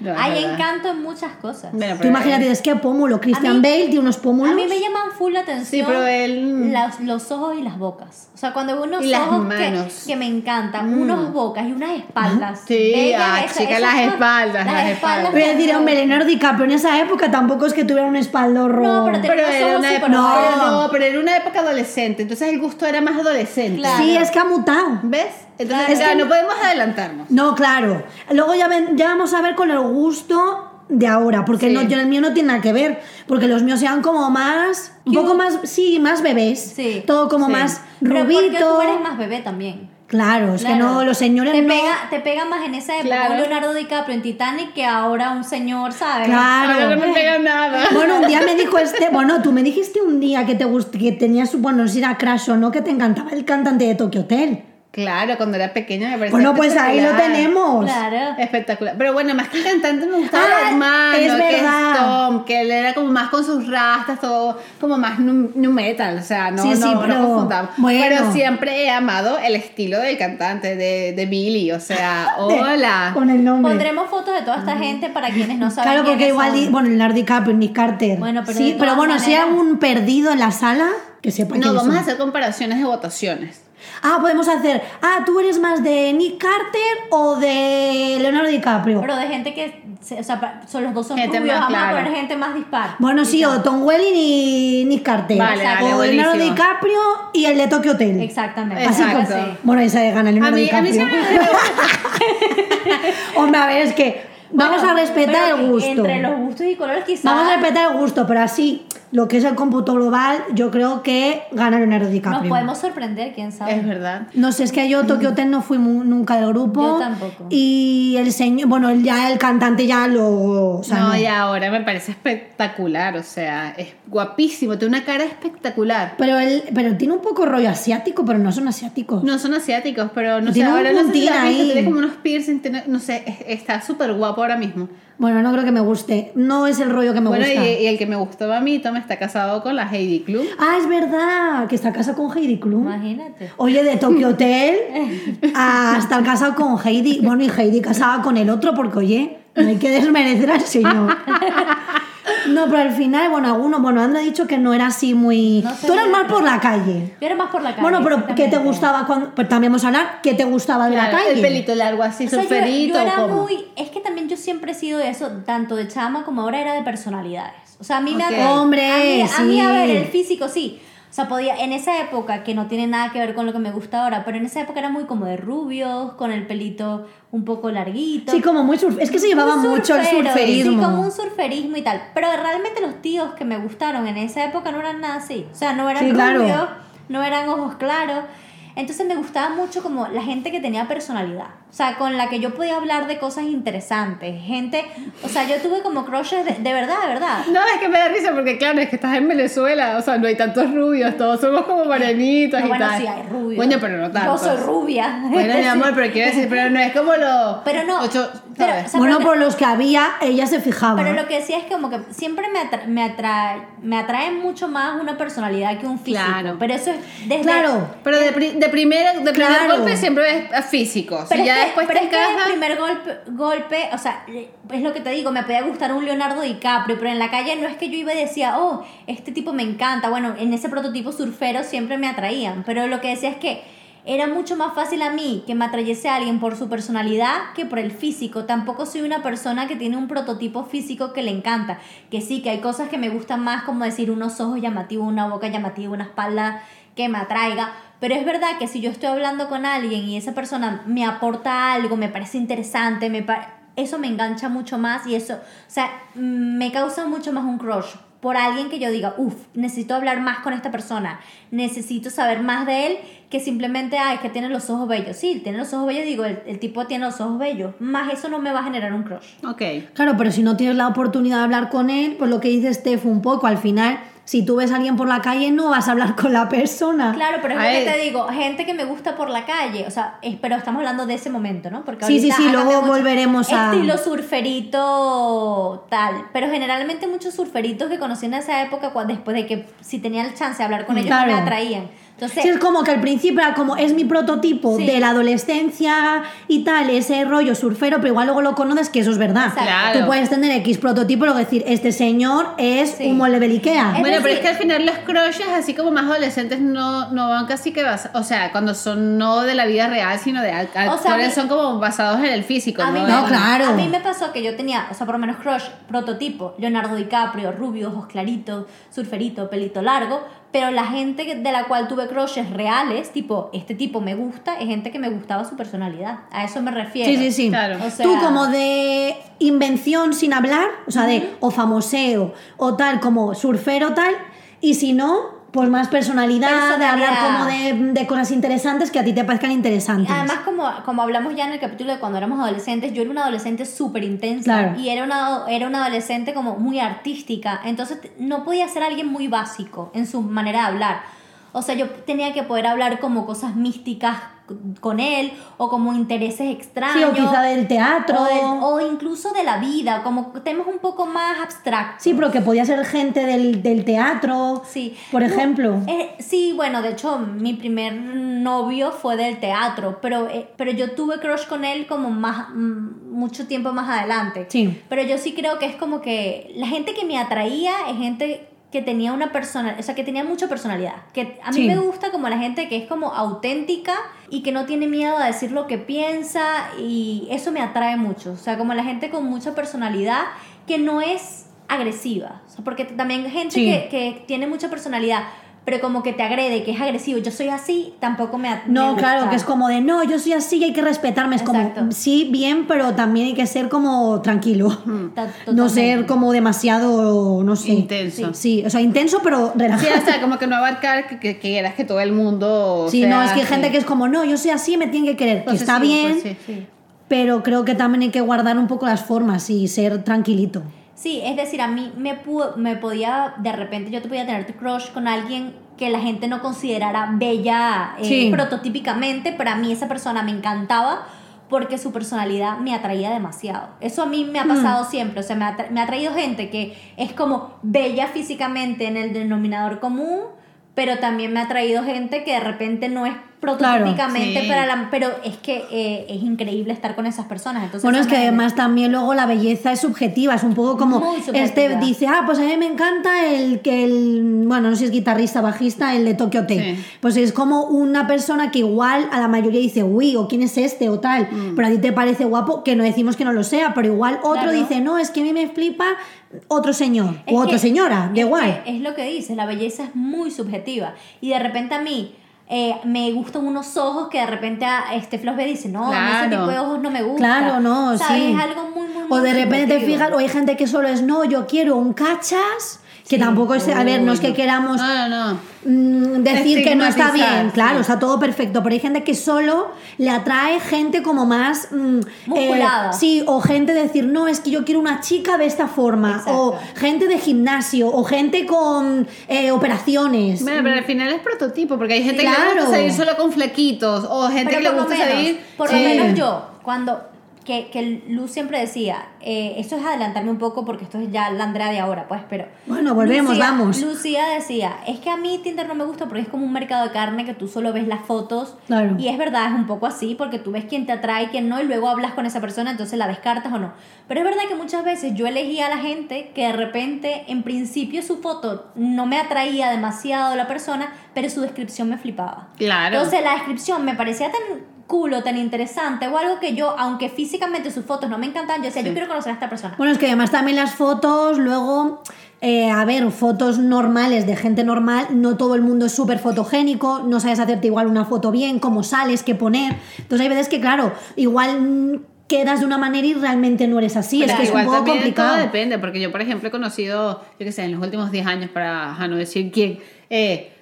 Speaker 2: No, es
Speaker 3: Hay
Speaker 2: verdad.
Speaker 3: encanto en muchas cosas.
Speaker 2: Bueno,
Speaker 1: Tú
Speaker 2: pero-
Speaker 1: imagínate, es que pómulo. Christian
Speaker 3: A mí-
Speaker 1: Bale tiene unos pómulos.
Speaker 3: A mí me llaman full la atención
Speaker 2: Sí, pero
Speaker 1: Mm.
Speaker 2: él-
Speaker 3: las- los ojos y las bocas. O sea, cuando veo unos
Speaker 2: Y las
Speaker 3: ojos que-
Speaker 2: manos.
Speaker 3: Que, me encantan,
Speaker 1: Mm.
Speaker 3: unos bocas y unas espaldas.
Speaker 2: Sí,
Speaker 3: bellas,
Speaker 2: ah,
Speaker 3: esas-
Speaker 2: chica,
Speaker 3: esas
Speaker 2: las
Speaker 3: cosas-
Speaker 2: espaldas, las espaldas.
Speaker 1: Voy a decir,
Speaker 3: de-
Speaker 1: hombre, Leonardo DiCaprio en esa época tampoco es que tuviera un espaldorro.
Speaker 3: No, pero te-
Speaker 2: Pero
Speaker 3: Tenía
Speaker 2: era
Speaker 3: los
Speaker 2: una
Speaker 3: ojos
Speaker 2: época,
Speaker 3: súper
Speaker 2: no. Pero
Speaker 1: bajos.
Speaker 2: no, pero era una época adolescente, entonces el gusto era más adolescente.
Speaker 3: Claro.
Speaker 1: Sí, es que ha mutado.
Speaker 2: ¿Ves? Entonces,
Speaker 1: Es
Speaker 2: claro,
Speaker 1: que-
Speaker 2: no podemos adelantarnos.
Speaker 1: No, claro. Luego ya, ven- ya vamos a ver con el gusto de ahora, porque
Speaker 2: Sí.
Speaker 1: no, yo, el mío no tiene nada que ver, porque los míos sean como más, un poco más, sí, más bebés,
Speaker 3: Sí,
Speaker 1: todo como
Speaker 2: sí.
Speaker 1: más
Speaker 3: Pero porque
Speaker 1: rubito.
Speaker 3: tú eres más bebé también.
Speaker 1: Claro, es que
Speaker 3: Claro.
Speaker 1: no, los señores
Speaker 3: te
Speaker 1: no.
Speaker 3: Pega, te pega más en esa época
Speaker 2: Claro.
Speaker 3: un Leonardo DiCaprio en Titanic que ahora un señor, ¿sabes?
Speaker 1: Claro.
Speaker 2: Ahora no me pega nada.
Speaker 1: Bueno, un día me dijo este, bueno, tú me dijiste un día que te gust- que tenías, bueno, no sé si era Crash o no, que te encantaba el cantante de Tokyo Hotel.
Speaker 2: Claro, cuando era pequeña me parecía.
Speaker 1: Bueno, pues ahí lo
Speaker 2: espectacular.
Speaker 1: tenemos.
Speaker 3: Claro.
Speaker 1: Eh,
Speaker 2: Espectacular. Pero bueno, más que el cantante me gustaba
Speaker 1: Ah,
Speaker 2: el hermano,
Speaker 1: es
Speaker 2: que es
Speaker 1: verdad.
Speaker 2: Tom, que él era como más con sus rastas, todo como más nu, nu metal, o sea, no,
Speaker 1: Sí, sí,
Speaker 2: no, no
Speaker 1: pero-
Speaker 2: confundamos.
Speaker 1: bueno.
Speaker 2: Pero siempre he amado el estilo del cantante, de, de Billy, o sea,
Speaker 1: De-
Speaker 2: hola.
Speaker 1: Con el nombre.
Speaker 3: Pondremos fotos de toda esta gente para quienes no saben.
Speaker 1: Mm. Claro, porque
Speaker 3: quiénes
Speaker 1: igual, di-
Speaker 3: son.
Speaker 1: bueno, Leonardo DiCaprio, Nick Carter.
Speaker 3: Bueno, pero
Speaker 1: sí,
Speaker 3: de
Speaker 1: pero
Speaker 3: todas
Speaker 1: bueno, si hay
Speaker 3: maneras-
Speaker 1: algún perdido en la sala, que sepa
Speaker 2: No,
Speaker 1: quiénes
Speaker 2: vamos a
Speaker 1: son.
Speaker 2: hacer comparaciones de votaciones.
Speaker 1: Ah, podemos hacer, ah, tú eres más de Nick Carter o de Leonardo DiCaprio.
Speaker 3: Pero de gente que. se- O sea, pa- son los dos son
Speaker 2: Gente
Speaker 3: rubios,
Speaker 2: más
Speaker 3: vamos
Speaker 2: clara.
Speaker 3: a poner gente más dispar.
Speaker 1: bueno, sí, o Tom Welling y Nick Carter.
Speaker 2: Vale,
Speaker 1: Exacto.
Speaker 2: vale,
Speaker 1: o Leonardo
Speaker 2: buenísimo.
Speaker 1: DiCaprio y el de Tokyo Hotel.
Speaker 3: Exactamente.
Speaker 1: Así
Speaker 2: Exacto.
Speaker 1: como- bueno, esa de gana
Speaker 2: A
Speaker 1: Leonardo
Speaker 2: mí, a mí
Speaker 1: DiCaprio.
Speaker 2: siempre
Speaker 1: Hombre, a ver, es que vamos
Speaker 3: Bueno,
Speaker 1: a respetar
Speaker 3: pero
Speaker 1: el gusto.
Speaker 3: Entre los gustos y colores, quizás.
Speaker 1: Vamos a respetar el gusto, pero así, lo que es el cómputo global, yo creo que gana Leonardo DiCaprio.
Speaker 3: Nos podemos sorprender, quién sabe.
Speaker 2: es verdad.
Speaker 1: No sé, es que yo Tokyo Hotel no fui mu- nunca del grupo.
Speaker 3: Mm. Yo tampoco.
Speaker 1: Y el señor, bueno, el- ya el cantante ya lo... o sea,
Speaker 2: no,
Speaker 1: no.
Speaker 2: y ahora me parece espectacular, o sea, es guapísimo, tiene una cara espectacular.
Speaker 1: Pero él, pero tiene un poco rollo asiático, pero no son asiáticos.
Speaker 2: No son asiáticos, pero no
Speaker 1: Tiene
Speaker 2: sé,
Speaker 1: un
Speaker 2: ahora no sé si
Speaker 1: puntín
Speaker 2: la has visto,
Speaker 1: ahí.
Speaker 2: tiene como unos piercing, tiene- no sé, es- está súper guapo ahora mismo.
Speaker 1: Bueno, no creo que me guste. No es el rollo que me
Speaker 2: bueno, y,
Speaker 1: gusta.
Speaker 2: y el que me gustaba a mí, Tom, está casado con la Heidi Klum.
Speaker 1: Ah, es verdad, que está casado con Heidi Klum.
Speaker 3: Imagínate.
Speaker 1: Oye, de Tokyo Hotel a estar casado con Heidi. Bueno, y Heidi casada con el otro, porque oye, no hay que desmerecer al señor. No, pero al final, bueno, alguno, bueno, Andra ha dicho que no era así muy.
Speaker 3: No sé
Speaker 1: Tú eras
Speaker 3: muy
Speaker 1: más por la calle.
Speaker 3: Yo era más por la calle.
Speaker 1: Bueno, pero ¿qué te
Speaker 3: exactamente.
Speaker 1: gustaba cuando.? Pues también vamos a hablar, ¿qué te gustaba de
Speaker 2: Claro,
Speaker 1: la calle?
Speaker 2: el pelito largo así,
Speaker 3: O sea,
Speaker 2: su
Speaker 3: yo- yo,
Speaker 2: perito.
Speaker 3: era
Speaker 2: ¿cómo?
Speaker 3: muy. Es que también yo siempre he sido de eso, tanto de chama como ahora era de personalidades. O sea, a mí me
Speaker 2: Ok.
Speaker 3: atrae-
Speaker 1: Hombre,
Speaker 3: a mí, a mí, a
Speaker 1: sí.
Speaker 3: ver, el físico sí. O sea, podía, en esa época, que no tiene nada que ver con lo que me gusta ahora, pero en esa época era muy como de rubios, con el pelito un poco larguito.
Speaker 1: Sí, como muy surf. Es que se llevaba
Speaker 3: Un
Speaker 1: mucho el
Speaker 3: surfero,
Speaker 1: surferismo.
Speaker 3: Sí, como un surferismo y tal. Pero realmente los tíos que me gustaron en esa época no eran nada así. O sea, no eran
Speaker 1: Sí, claro.
Speaker 3: rubios, no eran ojos claros. Entonces me gustaba mucho como la gente que tenía personalidad. O sea, con la que yo podía hablar de cosas interesantes. Gente, o sea, yo tuve como crushes de, de verdad, de verdad.
Speaker 2: No, es que me da risa porque, claro, es que estás en Venezuela, o sea, no hay tantos rubios, todos somos como morenitos
Speaker 3: No,
Speaker 2: y
Speaker 3: bueno,
Speaker 2: tal.
Speaker 3: sí, hay rubios.
Speaker 2: Coño, pero no tanto.
Speaker 3: Yo soy rubia.
Speaker 2: Bueno, mi amor, pero quiero decir, pero no es como los.
Speaker 3: Pero no,
Speaker 2: ocho-
Speaker 3: pero,
Speaker 2: ¿sabes?
Speaker 3: o sea,
Speaker 1: bueno,
Speaker 3: pero-
Speaker 1: por los que había, ella se fijaba.
Speaker 3: Pero lo que decía es como que siempre me, atra- me, atrae, me atrae mucho más una personalidad que un físico.
Speaker 2: Claro.
Speaker 3: Pero eso es desde...
Speaker 1: Claro.
Speaker 2: Pero de, pri- de primera, de primer
Speaker 1: Claro.
Speaker 2: golpe siempre es físico.
Speaker 3: Pero
Speaker 2: si ya
Speaker 3: es que,
Speaker 2: después
Speaker 3: pero
Speaker 2: te
Speaker 3: es que
Speaker 2: encaja.
Speaker 3: el primer golpe, golpe, o sea, le- es lo que te digo, me podía gustar un Leonardo DiCaprio, pero en la calle no es que yo iba y decía, oh, este tipo me encanta. Bueno, en ese prototipo surfero siempre me atraían, pero lo que decía es que era mucho más fácil a mí que me atrayese a alguien por su personalidad que por el físico. Tampoco soy una persona que tiene un prototipo físico que le encanta. Que sí, que hay cosas que me gustan más, como decir unos ojos llamativos, una boca llamativa, una espalda que me atraiga. Pero es verdad que si yo estoy hablando con alguien y esa persona me aporta algo, me parece interesante, me pa- eso me engancha mucho más y eso, o sea, mm, me causa mucho más un crush por alguien que yo diga, uff, necesito hablar más con esta persona, necesito saber más de él, que simplemente, ah, es que tiene los ojos bellos. Sí, tiene los ojos bellos, digo, el, el tipo tiene los ojos bellos. Más eso no me va a generar un crush.
Speaker 2: Ok.
Speaker 1: Claro, pero si no tienes la oportunidad de hablar con él, pues lo que dice Steph un poco, al final, si tú ves a alguien por la calle, no vas a hablar con la persona.
Speaker 3: Claro, pero es
Speaker 2: A
Speaker 3: lo que
Speaker 2: ver.
Speaker 3: te digo, gente que me gusta por la calle, o sea, es- pero estamos hablando de ese momento, ¿no? Porque
Speaker 1: Sí, sí,
Speaker 3: ahorita
Speaker 1: sí,
Speaker 3: ha
Speaker 1: luego
Speaker 3: cambiado mucho.
Speaker 1: volveremos a-
Speaker 3: Estilo surferito, tal, pero generalmente muchos surferitos que conocí en esa época, cua- después de que si tenía el chance de hablar con ellos, no
Speaker 1: Claro.
Speaker 3: me atraían. Entonces,
Speaker 1: Sí, es como que al principio era como es mi prototipo
Speaker 3: Sí.
Speaker 1: de la adolescencia y tal, ese rollo surfero, pero igual luego lo conoces que eso es verdad.
Speaker 3: Exacto.
Speaker 2: Claro.
Speaker 1: Tú puedes tener X prototipo y luego decir, este señor es
Speaker 3: Sí.
Speaker 1: un molde de Ikea.
Speaker 3: Es
Speaker 2: Bueno, pero es
Speaker 3: decir-
Speaker 2: que al final los crushes, así como más adolescentes, no, no van casi que bas O sea, cuando son no de la vida real, sino de act-
Speaker 3: a
Speaker 2: actores,
Speaker 3: mí-
Speaker 2: son como basados en el físico.
Speaker 3: a mí,
Speaker 2: ¿no?
Speaker 3: me,
Speaker 1: No, claro.
Speaker 3: a mí me pasó que yo tenía, o sea, por lo menos crush, prototipo, Leonardo DiCaprio, rubio, ojos claritos, surferito, pelito largo, pero la gente que- de la cual tuve crushes reales, tipo, este tipo me gusta, es gente que me gustaba su personalidad. A eso me refiero.
Speaker 1: Sí, sí, sí.
Speaker 2: Claro.
Speaker 3: O sea-
Speaker 1: Tú como de invención sin hablar, o sea, de o famoseo o tal, como surfero tal, y si no, pues más personalidad, de hablar
Speaker 3: Personalidad.
Speaker 1: como de, de cosas interesantes que a ti te parezcan interesantes.
Speaker 3: Además, como, como hablamos ya en el capítulo de cuando éramos adolescentes, yo era una adolescente súper intensa
Speaker 1: Claro.
Speaker 3: y era una, era una adolescente como muy artística, entonces t- no podía ser alguien muy básico en su manera de hablar. O sea, yo tenía que poder hablar como cosas místicas c- con él o como intereses extraños.
Speaker 1: sí, o quizá del teatro.
Speaker 3: o del- o incluso de la vida, como temas un poco más abstractos.
Speaker 1: Sí, pero que podía ser gente del, del teatro,
Speaker 3: Sí.
Speaker 1: por
Speaker 3: No,
Speaker 1: ejemplo.
Speaker 3: eh, sí, bueno, de hecho, mi primer novio fue del teatro, pero, eh, pero yo tuve crush con él como más, mm, mucho tiempo más adelante.
Speaker 1: Sí.
Speaker 3: Pero yo sí creo que es como que la gente que me atraía es gente que tenía una persona, o sea, que tenía mucha personalidad. Que a mí
Speaker 1: Sí.
Speaker 3: me gusta como la gente que es como auténtica y que no tiene miedo a decir lo que piensa y eso me atrae mucho. O sea, como la gente con mucha personalidad que no es agresiva. O sea, porque también gente
Speaker 1: Sí.
Speaker 3: que, que tiene mucha personalidad, pero como que te agrede, que es agresivo. Yo soy así, tampoco me... at- me
Speaker 1: No,
Speaker 3: gusta.
Speaker 1: claro, que es como de, no, yo soy así y hay que respetarme. Es como,
Speaker 3: Exacto.
Speaker 1: sí, bien, pero también hay que ser como tranquilo.
Speaker 3: Ta-
Speaker 1: No
Speaker 3: totalmente.
Speaker 1: ser como demasiado, no sé.
Speaker 2: Intenso.
Speaker 1: Sí, o sea, intenso, pero
Speaker 2: Sí,
Speaker 1: relajado.
Speaker 2: o sea, como que no abarcar que, que quieras que todo el mundo.
Speaker 1: Sí,
Speaker 2: sea
Speaker 1: no, es que hay
Speaker 2: así.
Speaker 1: gente que es como, no, yo soy así, me tienen que querer. que
Speaker 2: Entonces,
Speaker 1: está
Speaker 2: sí,
Speaker 1: bien,
Speaker 2: pues, sí.
Speaker 3: Sí.
Speaker 1: pero creo que también hay que guardar un poco las formas y ser tranquilito.
Speaker 3: Sí, es decir, a mí me, pudo, me podía, de repente yo te podía tener tu crush con alguien que la gente no considerara bella eh,
Speaker 1: Sí.
Speaker 3: prototípicamente, pero a mí esa persona me encantaba porque su personalidad me atraía demasiado. Eso a mí
Speaker 1: Mm.
Speaker 3: me ha pasado siempre, o sea, me ha, tra- me ha traído gente que es como bella físicamente en el denominador común, pero también me ha traído gente que de repente no es prototípicamente,
Speaker 2: sí.
Speaker 3: para la- pero es que eh, es increíble estar con esas personas. Entonces,
Speaker 1: Bueno, es
Speaker 3: eso
Speaker 1: que
Speaker 3: me-
Speaker 1: además también luego la belleza es subjetiva, es un poco como
Speaker 3: Muy subjetiva.
Speaker 1: este dice, ah, pues a mí me encanta el que el, bueno, no sé si es guitarrista, bajista, el de Tokyo Hotel.
Speaker 2: Sí.
Speaker 1: Pues es como una persona que igual a la mayoría dice, uy, o quién es este o tal, pero a ti te parece guapo, que no decimos que no lo sea, pero igual otro
Speaker 3: Mm. Claro.
Speaker 1: dice, no, es que a mí me flipa otro señor
Speaker 3: Es
Speaker 1: o otra
Speaker 3: que-
Speaker 1: señora,
Speaker 3: es
Speaker 1: de igual.
Speaker 3: que Es lo que dices, la belleza es muy subjetiva. Y de repente a mí eh, me gustan unos ojos que de repente a este Flosbe dice, no, a mí ese
Speaker 2: Claro.
Speaker 3: tipo de ojos no me gusta.
Speaker 1: Claro, no,
Speaker 3: ¿Sabes?
Speaker 1: sí.
Speaker 3: Es algo muy, muy,
Speaker 1: O
Speaker 3: muy
Speaker 1: de repente te
Speaker 3: subjetivo.
Speaker 1: fijas, o hay gente que solo es, no, yo quiero un cachas, que tampoco es, a ver, no es que queramos
Speaker 2: No, no, no.
Speaker 1: mm, decir que no está
Speaker 2: Estigmatizar,
Speaker 1: bien, claro,
Speaker 2: sí.
Speaker 1: está todo perfecto, pero hay gente que solo le atrae gente como más mm,
Speaker 3: Musculada.
Speaker 1: sí, o gente decir, no, es que yo quiero una chica de esta forma, o
Speaker 3: Exacto.
Speaker 1: gente de gimnasio, o gente con eh, operaciones.
Speaker 2: Bueno, pero al final es prototipo, porque hay gente que le
Speaker 1: Claro.
Speaker 2: gusta salir solo con flequitos, o gente
Speaker 3: Pero
Speaker 2: que le
Speaker 3: por lo
Speaker 2: gusta
Speaker 3: menos-
Speaker 2: salir.
Speaker 3: Por
Speaker 2: Sí.
Speaker 3: lo menos yo, cuando. Que, que Luz siempre decía, eh, esto es adelantarme un poco porque esto es ya la Andrea de ahora, pues, pero.
Speaker 1: Bueno, volvemos,
Speaker 3: Lucía-
Speaker 1: vamos.
Speaker 3: Lucía decía, es que a mí Tinder no me gusta porque es como un mercado de carne que tú solo ves las fotos.
Speaker 1: Claro.
Speaker 3: Y es verdad, es un poco así porque tú ves quién te atrae y quién no y luego hablas con esa persona, entonces la descartas o no. Pero es verdad que muchas veces yo elegía a la gente que de repente, en principio su foto no me atraía demasiado la persona, pero su descripción me flipaba.
Speaker 2: Claro.
Speaker 3: Entonces la descripción me parecía tan culo, tan interesante o algo que yo, aunque físicamente sus fotos no me encantan, yo decía, yo quiero conocer a esta persona.
Speaker 1: Bueno, es que además también las fotos, luego, eh, a ver, fotos normales de gente normal, no todo el mundo es súper fotogénico, no sabes hacerte igual una foto bien, cómo sales, qué poner. Entonces hay veces que, claro, igual mm, quedas de una manera y realmente no eres así. es
Speaker 2: Pero
Speaker 1: que es un
Speaker 2: igual
Speaker 1: poco
Speaker 2: también
Speaker 1: complicado.
Speaker 2: todo depende, porque yo, por ejemplo, he conocido, yo qué sé, en los últimos 10 años, para ajá, no decir quién, eh,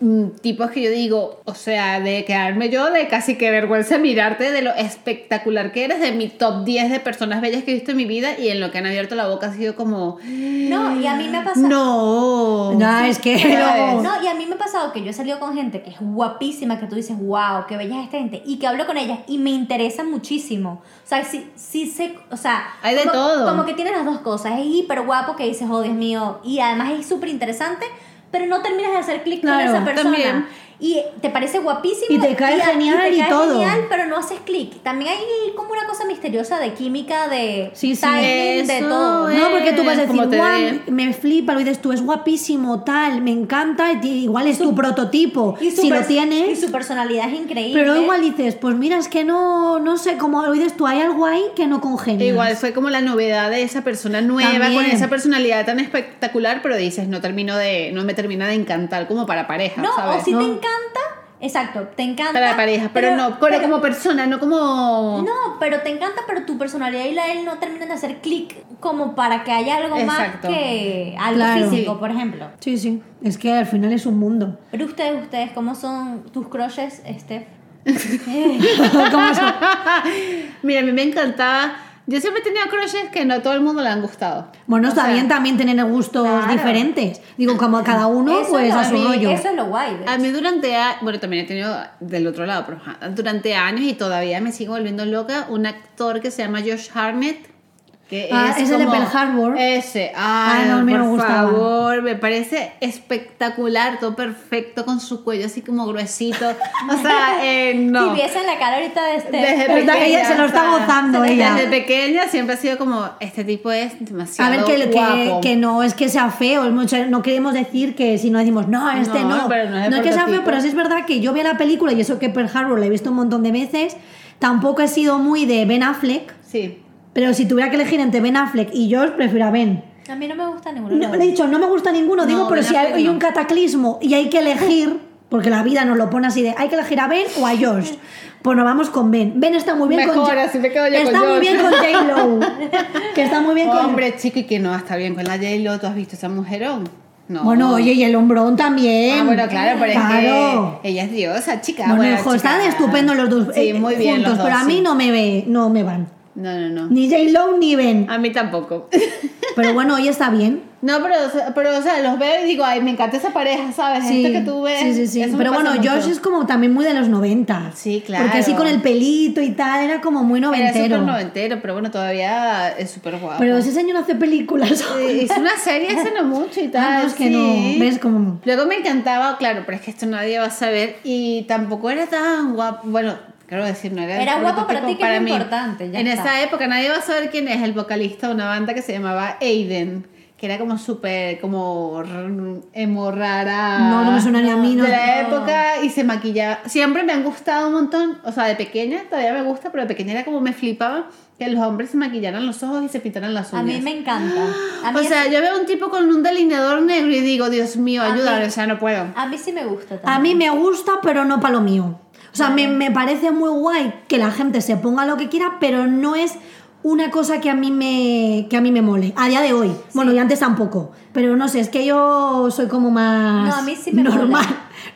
Speaker 2: mm, tipos que yo digo, o sea, de quedarme yo de casi que vergüenza mirarte de lo espectacular que eres, de mi top 10 de personas bellas que he visto en mi vida y en lo que han abierto la boca ha sido como,
Speaker 3: No, y a mí me ha pasado.
Speaker 2: no.
Speaker 1: No, es que
Speaker 2: Pero-
Speaker 1: luego-
Speaker 3: No, y a mí me ha pasado que yo he salido con gente que es guapísima, que tú dices, wow, qué bella es esta gente, y que hablo con ellas y me interesa muchísimo. O sea, sí, sí sé, o sea...
Speaker 2: Hay de
Speaker 3: como-
Speaker 2: todo.
Speaker 3: Como que tiene las dos cosas, es hiper guapo que dices, oh Dios mío, y además es súper interesante, pero no terminas de hacer clic
Speaker 1: Claro,
Speaker 3: con esa persona.
Speaker 2: también.
Speaker 3: Y te parece guapísimo.
Speaker 1: Y te cae
Speaker 3: a-
Speaker 1: genial
Speaker 3: te
Speaker 1: y
Speaker 3: cae
Speaker 1: todo.
Speaker 3: genial, pero no haces clic. También hay como una cosa misteriosa de química, de
Speaker 1: Sí, sí.
Speaker 3: timing, de
Speaker 2: Eso
Speaker 3: todo.
Speaker 2: es.
Speaker 1: No, porque tú vas a
Speaker 2: es como
Speaker 1: decir,
Speaker 2: te
Speaker 1: guau,
Speaker 2: dé".
Speaker 1: me flipa, lo dices tú, es guapísimo, tal, me encanta, y ti- igual es tu prototipo.
Speaker 3: Y su
Speaker 1: si lo
Speaker 3: pers- Y
Speaker 1: tienes,
Speaker 3: su personalidad es increíble.
Speaker 1: pero igual dices, pues mira, es que no, no sé, como lo dices tú, hay algo ahí que no congenia.
Speaker 2: E Igual fue como la novedad de esa persona nueva con
Speaker 1: También.
Speaker 2: esa personalidad tan espectacular, pero dices, no termino de, no me termina de encantar como para pareja,
Speaker 3: No,
Speaker 2: ¿sabes?
Speaker 3: o si
Speaker 2: No.
Speaker 3: te encanta, exacto, te encanta.
Speaker 2: para pareja, pero, no, pero como persona, no como...
Speaker 3: No, pero te encanta, pero tu personalidad y la de él no terminan de hacer clic como para que haya algo
Speaker 2: Exacto.
Speaker 3: más que algo
Speaker 1: Claro.
Speaker 3: físico, por ejemplo.
Speaker 1: Sí, sí, es que al final es un mundo.
Speaker 3: Pero ustedes, ustedes, ¿cómo son tus crushes, Steph?
Speaker 1: ¿Cómo son?
Speaker 2: Mira, a mí me encantaba... Yo siempre he tenido crushes que no a todo el mundo le han gustado.
Speaker 1: Bueno, está
Speaker 2: O sea,
Speaker 1: bien también tener gustos
Speaker 3: claro.
Speaker 1: diferentes. Digo, como a cada uno,
Speaker 3: Eso
Speaker 1: pues
Speaker 3: es lo-
Speaker 1: a su
Speaker 3: mí-
Speaker 1: rollo.
Speaker 3: Eso es lo guay. de
Speaker 2: A mí durante, a- bueno, también he tenido del otro lado, pero ajá, durante años y todavía me sigo volviendo loca, un actor que se llama Josh Harnett. Que
Speaker 1: Ah,
Speaker 2: es
Speaker 1: es el de
Speaker 2: como-
Speaker 1: Pearl Harbor.
Speaker 2: Ese, ay,
Speaker 1: Ah, no, a mí
Speaker 2: por
Speaker 1: me gustaba.
Speaker 2: favor, me parece espectacular, todo perfecto, con su cuello así como gruesito. O sea, eh,
Speaker 3: hecho.
Speaker 2: no.
Speaker 3: Si viesen la cara ahorita de Steph.
Speaker 2: Desde
Speaker 1: Está- ella se lo está
Speaker 2: o sea,
Speaker 1: gozando,
Speaker 2: desde
Speaker 1: ella.
Speaker 2: pequeña siempre ha sido como, este tipo es demasiado
Speaker 1: A ver, que, que-
Speaker 2: guapo.
Speaker 1: que no es que sea feo, es mucho- no queremos decir que si no decimos, no, este
Speaker 2: No,
Speaker 1: no.
Speaker 2: pero no es de
Speaker 1: que sea feo,
Speaker 2: prototipo.
Speaker 1: pero sí es verdad que yo vi la película y eso que Pearl Harbor la he visto un montón de veces. Tampoco he sido muy de Ben Affleck,
Speaker 2: Sí.
Speaker 1: pero si tuviera que elegir entre Ben Affleck y George, prefiero a Ben.
Speaker 3: A mí no me gusta ninguno. de
Speaker 1: No,
Speaker 3: los
Speaker 1: le he dicho, no me gusta ninguno,
Speaker 2: No,
Speaker 1: digo, pero
Speaker 2: Ben
Speaker 1: si hay,
Speaker 2: Affleck
Speaker 1: hay
Speaker 2: no.
Speaker 1: un cataclismo y hay que elegir, porque la vida nos lo pone así de, hay que elegir a Ben o a George. Pues nos vamos con Ben. Ben está muy bien con
Speaker 2: Mejor,
Speaker 1: Ja-
Speaker 2: así me quedo yo con
Speaker 1: Está muy
Speaker 2: George.
Speaker 1: bien con J-Lo. que está muy bien con...
Speaker 2: Hombre, chico, y que no va a estar bien con la J-Lo. ¿Tú has visto esa mujerón? No.
Speaker 1: Bueno, oye, y el hombrón también.
Speaker 2: Ah, bueno, claro, pero
Speaker 1: Claro.
Speaker 2: es que ella es diosa, chica.
Speaker 1: Bueno,
Speaker 2: Bueno,
Speaker 1: hijo,
Speaker 2: chica.
Speaker 1: están estupendo los dos
Speaker 2: Sí,
Speaker 1: eh,
Speaker 2: muy bien.
Speaker 1: juntos,
Speaker 2: los dos,
Speaker 1: pero a mí
Speaker 2: sí.
Speaker 1: no, me ve, no me van.
Speaker 2: No, no, no.
Speaker 1: Ni J-Lo ni Ben.
Speaker 2: A mí tampoco.
Speaker 1: Pero bueno, hoy está bien.
Speaker 2: No, pero, o sea, pero, o sea, los veo y digo, ay, me encanta esa pareja, ¿sabes?
Speaker 1: Sí,
Speaker 2: Esto que tú ves.
Speaker 1: sí, sí, sí.
Speaker 2: eso me
Speaker 1: Pero
Speaker 2: pasa
Speaker 1: bueno,
Speaker 2: mucho.
Speaker 1: Josh es como también muy de los 90.
Speaker 2: Sí, claro.
Speaker 1: Porque así con el pelito y tal, era como muy
Speaker 2: Era
Speaker 1: noventero.
Speaker 2: súper noventero, pero bueno, todavía es súper guapo.
Speaker 1: Pero ese señor hace películas.
Speaker 2: Sí, Hizo una serie hace no mucho y tal.
Speaker 1: Ah, no, es que
Speaker 2: sí.
Speaker 1: no. ¿Ves cómo?
Speaker 2: Luego me encantaba, claro, pero es que esto nadie va a saber. Y tampoco era tan guapo. Bueno, quiero decir, no era. el
Speaker 3: Era guapo para ti,
Speaker 2: prototipo
Speaker 3: que es lo
Speaker 2: mí.
Speaker 3: importante, ya
Speaker 2: en
Speaker 3: está.
Speaker 2: esa época nadie va a saber quién es el vocalista de una banda que se llamaba Aiden. Que era como súper, como r- emo rara.
Speaker 1: No, no me suena ni a mí, no.
Speaker 2: De la
Speaker 1: No.
Speaker 2: época y se maquillaba. Siempre me han gustado un montón. O sea, de pequeña todavía me gusta, pero de pequeña era como me flipaba que los hombres se maquillaran los ojos y se pintaran las uñas.
Speaker 3: A mí me encanta. A mí,
Speaker 2: O sea, yo veo un tipo con un delineador negro y digo, Dios mío,
Speaker 3: A
Speaker 2: ayúdame,
Speaker 3: mí-
Speaker 2: o sea, no puedo.
Speaker 3: a mí sí me gusta también.
Speaker 1: A mí me gusta, pero no para lo mío. O sea, me, me parece muy guay que la gente se ponga lo que quiera, pero no es una cosa que a mí me, que a mí me mole. A día de hoy. Bueno, y antes tampoco. Pero no sé, es que yo soy como más
Speaker 3: No, a mí sí me
Speaker 1: normal.
Speaker 3: mola.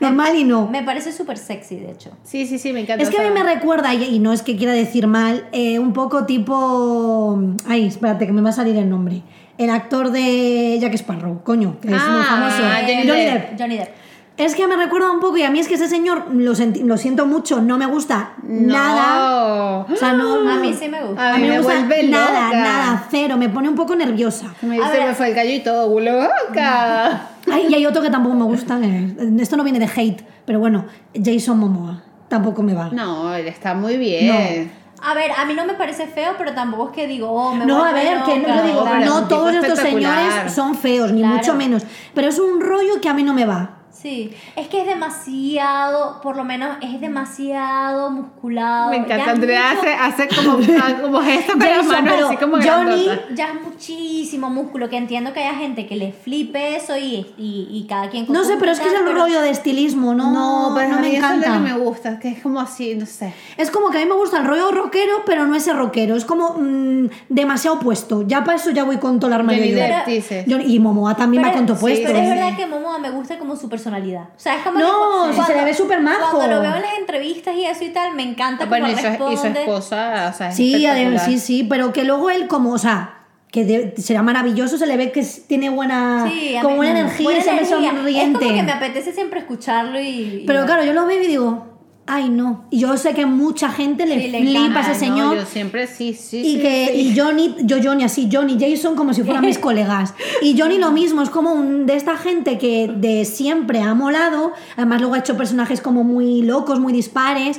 Speaker 1: Normal y no.
Speaker 3: Me parece súper sexy, de hecho.
Speaker 2: Sí, sí, sí, me encanta.
Speaker 1: Es que a mí me recuerda, y, y no es que quiera decir mal, eh, un poco tipo... Ay, espérate, que me va a salir el nombre. El actor de Jack Sparrow, coño, que es muy
Speaker 2: Ah,
Speaker 1: famoso.
Speaker 2: Johnny
Speaker 1: Johnny
Speaker 2: Depp.
Speaker 1: Depp.
Speaker 3: Eh, Johnny Depp.
Speaker 1: Es que me recuerda un poco y a mí es que ese señor, lo, senti- lo siento mucho, no me gusta nada.
Speaker 2: Nada.
Speaker 1: O sea, no,
Speaker 3: A mí sí me gusta.
Speaker 2: A mí me
Speaker 1: gusta
Speaker 2: vuelve
Speaker 1: nada,
Speaker 2: loca.
Speaker 1: nada, cero, me pone un poco nerviosa.
Speaker 2: Me
Speaker 3: A
Speaker 2: dice,
Speaker 3: ver.
Speaker 2: me fue el gallo y todo, loca.
Speaker 1: Ay, y hay otro que tampoco me gusta, eh, esto no viene de hate, pero bueno, Jason Momoa, tampoco me va.
Speaker 2: No, él está muy bien.
Speaker 3: A ver, a mí no me parece feo, pero tampoco es que digo, oh, me
Speaker 1: No, a
Speaker 3: vuelve
Speaker 1: ver, que no,
Speaker 3: loca.
Speaker 1: yo digo,
Speaker 2: Claro, es
Speaker 1: no
Speaker 2: un tipo
Speaker 1: todos estos
Speaker 2: espectacular.
Speaker 1: señores son feos, ni
Speaker 3: Claro.
Speaker 1: mucho menos, pero es un rollo que a mí no me va.
Speaker 3: Sí, es que es demasiado, por lo menos es demasiado musculado.
Speaker 2: Me
Speaker 3: ya
Speaker 2: encanta.
Speaker 3: es
Speaker 2: Andrea
Speaker 3: mucho-
Speaker 2: hace, hace como, ah, como gesto con las
Speaker 1: Jason,
Speaker 2: manos
Speaker 1: pero
Speaker 2: así como
Speaker 1: Johnny-
Speaker 2: grandota.
Speaker 3: Ya es muchísimo músculo, que entiendo que haya gente que le flipe eso y, y, y cada quien... con
Speaker 1: No
Speaker 3: su
Speaker 1: sé, pero es que es
Speaker 3: tal,
Speaker 1: el
Speaker 3: pero-
Speaker 1: rollo de estilismo, ¿no?
Speaker 2: No, pero
Speaker 1: no
Speaker 2: a mí
Speaker 1: me
Speaker 2: eso es lo
Speaker 1: encanta.
Speaker 2: que me gusta, que es como así, no sé.
Speaker 1: Es como que a mí me gusta el rollo rockero, pero no ese rockero. Es como mm, demasiado puesto. Ya para eso ya voy con todo el armario
Speaker 2: Johnny
Speaker 1: yo.
Speaker 2: Depp, dices.
Speaker 1: Yo- y Momoa también va con todo
Speaker 3: sí,
Speaker 1: puesto.
Speaker 3: pero es
Speaker 2: sí.
Speaker 3: verdad que Momoa me gusta como su personalidad. O sea, es como
Speaker 1: No,
Speaker 3: que
Speaker 1: sí, se le ve súper majo.
Speaker 3: Cuando lo veo en las entrevistas y eso y tal, me encanta
Speaker 2: Bueno, y
Speaker 3: cómo
Speaker 2: su, y su
Speaker 3: responde.
Speaker 2: esposa, o sea, es
Speaker 1: Sí, adem-
Speaker 2: espectacular.
Speaker 1: sí, sí, pero que luego él como, o sea, que de- será maravilloso, se le ve que es- tiene buena,
Speaker 3: Sí, a
Speaker 1: Ah, como
Speaker 3: mí-
Speaker 1: buena energía,
Speaker 3: buena
Speaker 1: siempre
Speaker 3: energía.
Speaker 1: sonriente.
Speaker 3: Es como que me apetece siempre escucharlo y... y-
Speaker 1: Pero claro, yo lo veo y digo, ay no. Y yo sé que mucha gente le
Speaker 3: Sí, le
Speaker 1: flipa a
Speaker 3: encanta,
Speaker 1: ese
Speaker 2: Ay, no,
Speaker 1: señor.
Speaker 2: yo siempre sí, sí.
Speaker 1: Y
Speaker 2: sí,
Speaker 1: que
Speaker 2: sí.
Speaker 1: y Johnny, yo Johnny así, Johnny Jason como si fueran mis colegas. Y Johnny lo mismo, es como un de esta gente que de siempre ha molado, además luego ha hecho personajes como muy locos, muy dispares.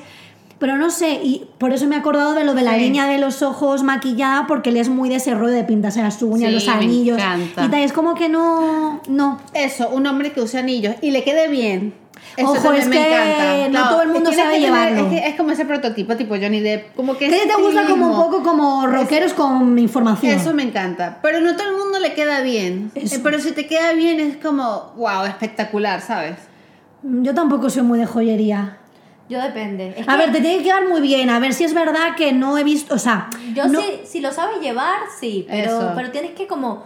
Speaker 1: Pero no sé, y por eso me he acordado de lo de la
Speaker 2: Sí.
Speaker 1: línea de los ojos maquillada, porque él es muy de ese rollo de pintarse las uñas,
Speaker 2: Sí,
Speaker 1: los
Speaker 2: me
Speaker 1: anillos.
Speaker 2: encanta.
Speaker 1: Y tal, es como que no. No.
Speaker 2: Eso, un hombre que use anillos y le quede bien. Eso
Speaker 1: Ojo,
Speaker 2: también
Speaker 1: es
Speaker 2: me
Speaker 1: que
Speaker 2: encanta.
Speaker 1: no todo el mundo
Speaker 2: tienes
Speaker 1: sabe
Speaker 2: que tener-
Speaker 1: llevarlo.
Speaker 2: Es, que es como ese prototipo tipo Johnny Depp. Como que
Speaker 1: ¿Qué te gusta como un
Speaker 2: estilismo.
Speaker 1: poco como rockeros con información?
Speaker 2: Eso me encanta. Pero no todo el mundo le queda bien. Eh, Pero si te queda bien es como, wow, espectacular, ¿sabes?
Speaker 1: Mm, Yo tampoco soy muy de joyería.
Speaker 3: Yo depende. Es
Speaker 1: A
Speaker 3: que
Speaker 1: ver, te tiene que quedar muy bien. A ver si es verdad que no he visto. O sea,
Speaker 3: Yo
Speaker 1: no-
Speaker 3: sí, si lo sabes llevar, sí, pero,
Speaker 2: Eso.
Speaker 3: pero tienes que como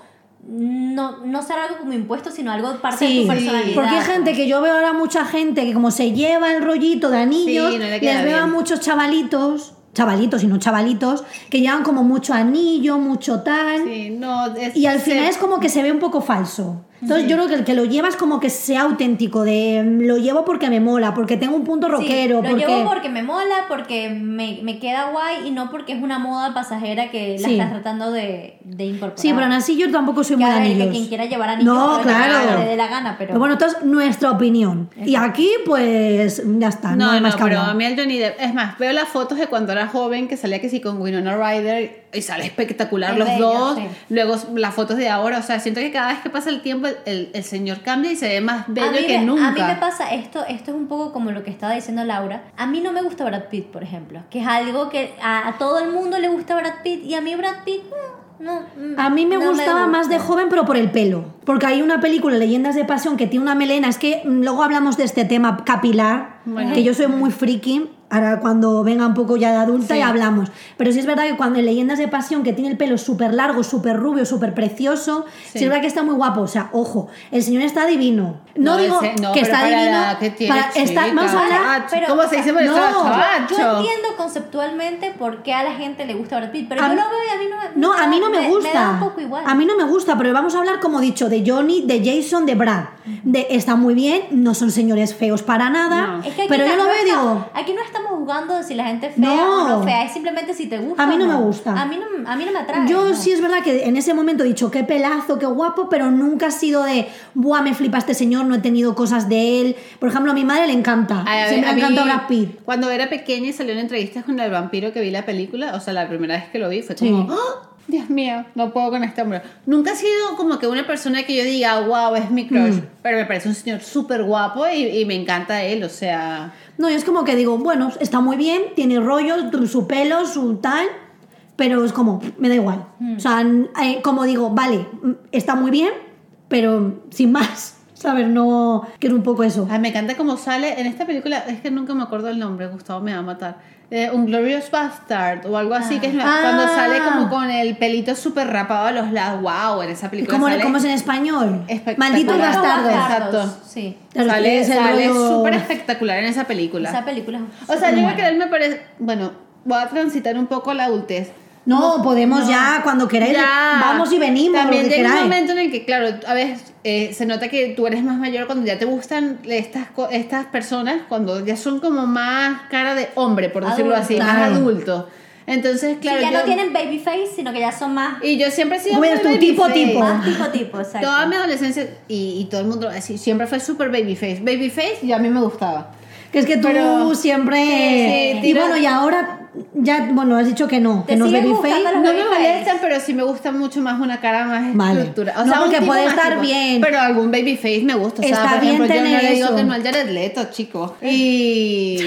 Speaker 3: no, no ser algo como impuesto, sino algo parte de
Speaker 1: Sí,
Speaker 3: tu personalidad.
Speaker 1: porque hay gente que yo veo ahora mucha gente que como se lleva el rollito de anillos,
Speaker 2: Sí, no le queda
Speaker 1: les veo a
Speaker 2: bien.
Speaker 1: muchos chavalitos, chavalitos y no chavalitos, que llevan como mucho anillo, mucho tal,
Speaker 2: Sí, no. es-
Speaker 1: y al final
Speaker 2: se-
Speaker 1: es como que se ve un poco falso. Entonces yo creo que el que lo lleva es como que sea auténtico, de mm, lo llevo porque me mola, porque tengo un punto
Speaker 3: Sí,
Speaker 1: rockero,
Speaker 3: lo
Speaker 1: porque...
Speaker 3: llevo porque me mola, porque me, me queda guay y no porque es una moda pasajera que la
Speaker 1: Sí.
Speaker 3: estás tratando de, de incorporar.
Speaker 1: Sí, pero aún así yo tampoco soy
Speaker 3: Que,
Speaker 1: muy de
Speaker 3: a ver, que
Speaker 1: anillos.
Speaker 3: quien quiera llevar anillos
Speaker 1: No,
Speaker 3: bueno,
Speaker 1: claro.
Speaker 3: que le dé la gana, pero,
Speaker 1: Pero bueno, esto es nuestra opinión. Y aquí, pues, ya está. No,
Speaker 2: No,
Speaker 1: hay
Speaker 2: no,
Speaker 1: más que
Speaker 2: pero
Speaker 1: hablar.
Speaker 2: a mí el Johnny Depp, es más, veo las fotos de cuando era joven que salía que sí con Winona Ryder y sale espectacular
Speaker 3: Es
Speaker 2: los
Speaker 3: bello,
Speaker 2: dos,
Speaker 3: sí.
Speaker 2: luego las fotos de ahora, o sea, siento que cada vez que pasa el tiempo el, el- el señor cambia y se ve más
Speaker 3: a
Speaker 2: bello
Speaker 3: mí,
Speaker 2: que
Speaker 3: me,
Speaker 2: nunca.
Speaker 3: a mí me pasa esto, esto es un poco como lo que estaba diciendo Laura. A mí no me gusta Brad Pitt, por ejemplo, que es algo que a, a todo el mundo le gusta Brad Pitt y a mí Brad Pitt mm, no. mm,
Speaker 1: A mí me
Speaker 3: no
Speaker 1: gustaba
Speaker 3: gusta.
Speaker 1: más de joven, pero por el pelo. Porque hay una película, Leyendas de Pasión, que tiene una melena. Es que mm, luego hablamos de este tema capilar,
Speaker 2: Bueno.
Speaker 1: que yo soy muy friki. Ahora cuando venga un poco ya de adulta y hablamos. Pero sí es verdad que cuando en Leyendas de Pasión, que tiene el pelo súper largo, súper rubio, súper precioso, sí. es verdad que está muy guapo. O sea, ojo, el señor está divino. No,
Speaker 2: No,
Speaker 1: digo
Speaker 2: ese- no,
Speaker 1: que
Speaker 2: pero
Speaker 1: está
Speaker 2: para la
Speaker 1: divino.
Speaker 2: edad que tiene,
Speaker 1: para- está-
Speaker 2: chica.
Speaker 1: vamos a hablar...
Speaker 2: Ah,
Speaker 3: pero,
Speaker 2: ¿Cómo
Speaker 3: o
Speaker 2: se
Speaker 3: sea,
Speaker 2: dice por eso,
Speaker 1: no,
Speaker 2: chabacho?
Speaker 3: Yo entiendo conceptualmente por qué a la gente le gusta Brad Pitt, pero
Speaker 1: A
Speaker 3: yo
Speaker 1: mí-
Speaker 3: lo veo y a mí no me
Speaker 1: No, a mí no me gusta.
Speaker 3: da un poco igual.
Speaker 1: A mí no me gusta, pero vamos a hablar, como dicho, de Johnny, de Jason, de Brad. De, está muy bien, no son señores feos para nada.
Speaker 2: No.
Speaker 3: Es que aquí
Speaker 1: pero yo
Speaker 3: no
Speaker 1: lo veo y
Speaker 3: estamos-
Speaker 1: digo.
Speaker 3: Aquí no estamos jugando de si la gente es fea
Speaker 1: No.
Speaker 3: o no fea, es simplemente si te gusta.
Speaker 1: A mí
Speaker 3: o
Speaker 1: no me gusta.
Speaker 3: A mí no, a mí no me atrae.
Speaker 1: Yo
Speaker 3: no.
Speaker 1: sí es verdad que en ese momento he dicho qué pelazo, qué guapo, pero nunca ha sido de buah, me flipa este señor, no he tenido cosas de él. Por ejemplo, a mi madre le encanta.
Speaker 2: A- a-
Speaker 1: Siempre
Speaker 2: a
Speaker 1: le
Speaker 2: mí,
Speaker 1: encanta Brad Pitt.
Speaker 2: Cuando era pequeña y salió una entrevista con el vampiro que vi la película, o sea, la primera vez que lo vi fue
Speaker 1: Sí.
Speaker 2: como, ¡Ah! Dios mío, no puedo con este hombre. Nunca ha sido como que una persona que yo diga, wow, es mi crush,
Speaker 1: Mm.
Speaker 2: pero me parece un señor súper guapo y, y me encanta él, o sea...
Speaker 1: No, yo es como que digo, bueno, está muy bien, tiene rollo, tu- su pelo, su tal, pero es como, me da igual.
Speaker 2: Hmm.
Speaker 1: O sea, n- eh, como digo, vale, mm, está muy bien, pero sin más. ¿Sabes? No, que es un poco eso.
Speaker 2: Ay, me encanta cómo sale en esta película, es que nunca me acuerdo el nombre, Gustavo me va a matar. Eh, un Glorious Bastard o algo así, que es
Speaker 1: Ah.
Speaker 2: cuando sale como con el pelito súper rapado a los lados. ¡Wow! En esa película
Speaker 1: ¿Cómo, le-
Speaker 2: sale-
Speaker 1: cómo es en español?
Speaker 2: Espectacular.
Speaker 1: Malditos
Speaker 3: Pero
Speaker 2: Malditos
Speaker 1: bastardos.
Speaker 2: bastardos.
Speaker 3: bastardos, Sí.
Speaker 1: Claro,
Speaker 2: sale
Speaker 1: es el
Speaker 2: sale
Speaker 1: rollo-
Speaker 2: súper espectacular en esa película.
Speaker 3: Esa película es
Speaker 2: o sea, yo creo que él me parece. Bueno, voy a transitar un poco la adultez.
Speaker 1: No, podemos ya, cuando queráis,
Speaker 2: Ya.
Speaker 1: vamos y venimos.
Speaker 2: También
Speaker 1: lo que
Speaker 2: llega un
Speaker 1: queráis.
Speaker 2: momento en el que, claro, a veces eh, se nota que tú eres más mayor cuando ya te gustan estas, co- estas personas, cuando ya son como más cara de hombre, por decirlo
Speaker 3: Adulto.
Speaker 2: así, más
Speaker 1: Claro.
Speaker 2: adulto. Entonces,
Speaker 3: Sí,
Speaker 2: claro.
Speaker 3: ya no
Speaker 2: yo-
Speaker 3: tienen baby face, sino que ya son más,
Speaker 2: Y yo siempre he sido.
Speaker 1: Bueno,
Speaker 2: muy
Speaker 1: tu tipo,
Speaker 2: babyface.
Speaker 1: tipo.
Speaker 3: más tipo tipo. exacto.
Speaker 2: Toda mi adolescencia y, y todo el mundo así, siempre fue súper babyface. Babyface y a mí me gustaba.
Speaker 1: Que es que tú
Speaker 2: Pero-
Speaker 1: siempre.
Speaker 2: Sí, sí,
Speaker 1: y
Speaker 2: tira-
Speaker 1: bueno, y ahora ya, bueno, has dicho que no,
Speaker 3: Te
Speaker 1: que no es
Speaker 3: siguen
Speaker 1: babyface.
Speaker 3: gustando
Speaker 2: No me
Speaker 3: Babyface.
Speaker 2: molestan, pero sí me gusta mucho más una cara más
Speaker 1: Vale.
Speaker 2: estructurada. O
Speaker 1: No,
Speaker 2: sea, un
Speaker 1: porque
Speaker 2: tipo
Speaker 1: puede
Speaker 2: más
Speaker 1: estar
Speaker 2: tipo-
Speaker 1: bien.
Speaker 2: Pero algún babyface me gusta. O sea,
Speaker 1: Está
Speaker 2: por
Speaker 1: bien
Speaker 2: ejemplo, yo no
Speaker 1: tener
Speaker 2: le digo
Speaker 1: eso. Eh.
Speaker 2: que no al Jared Leto, chico. Y,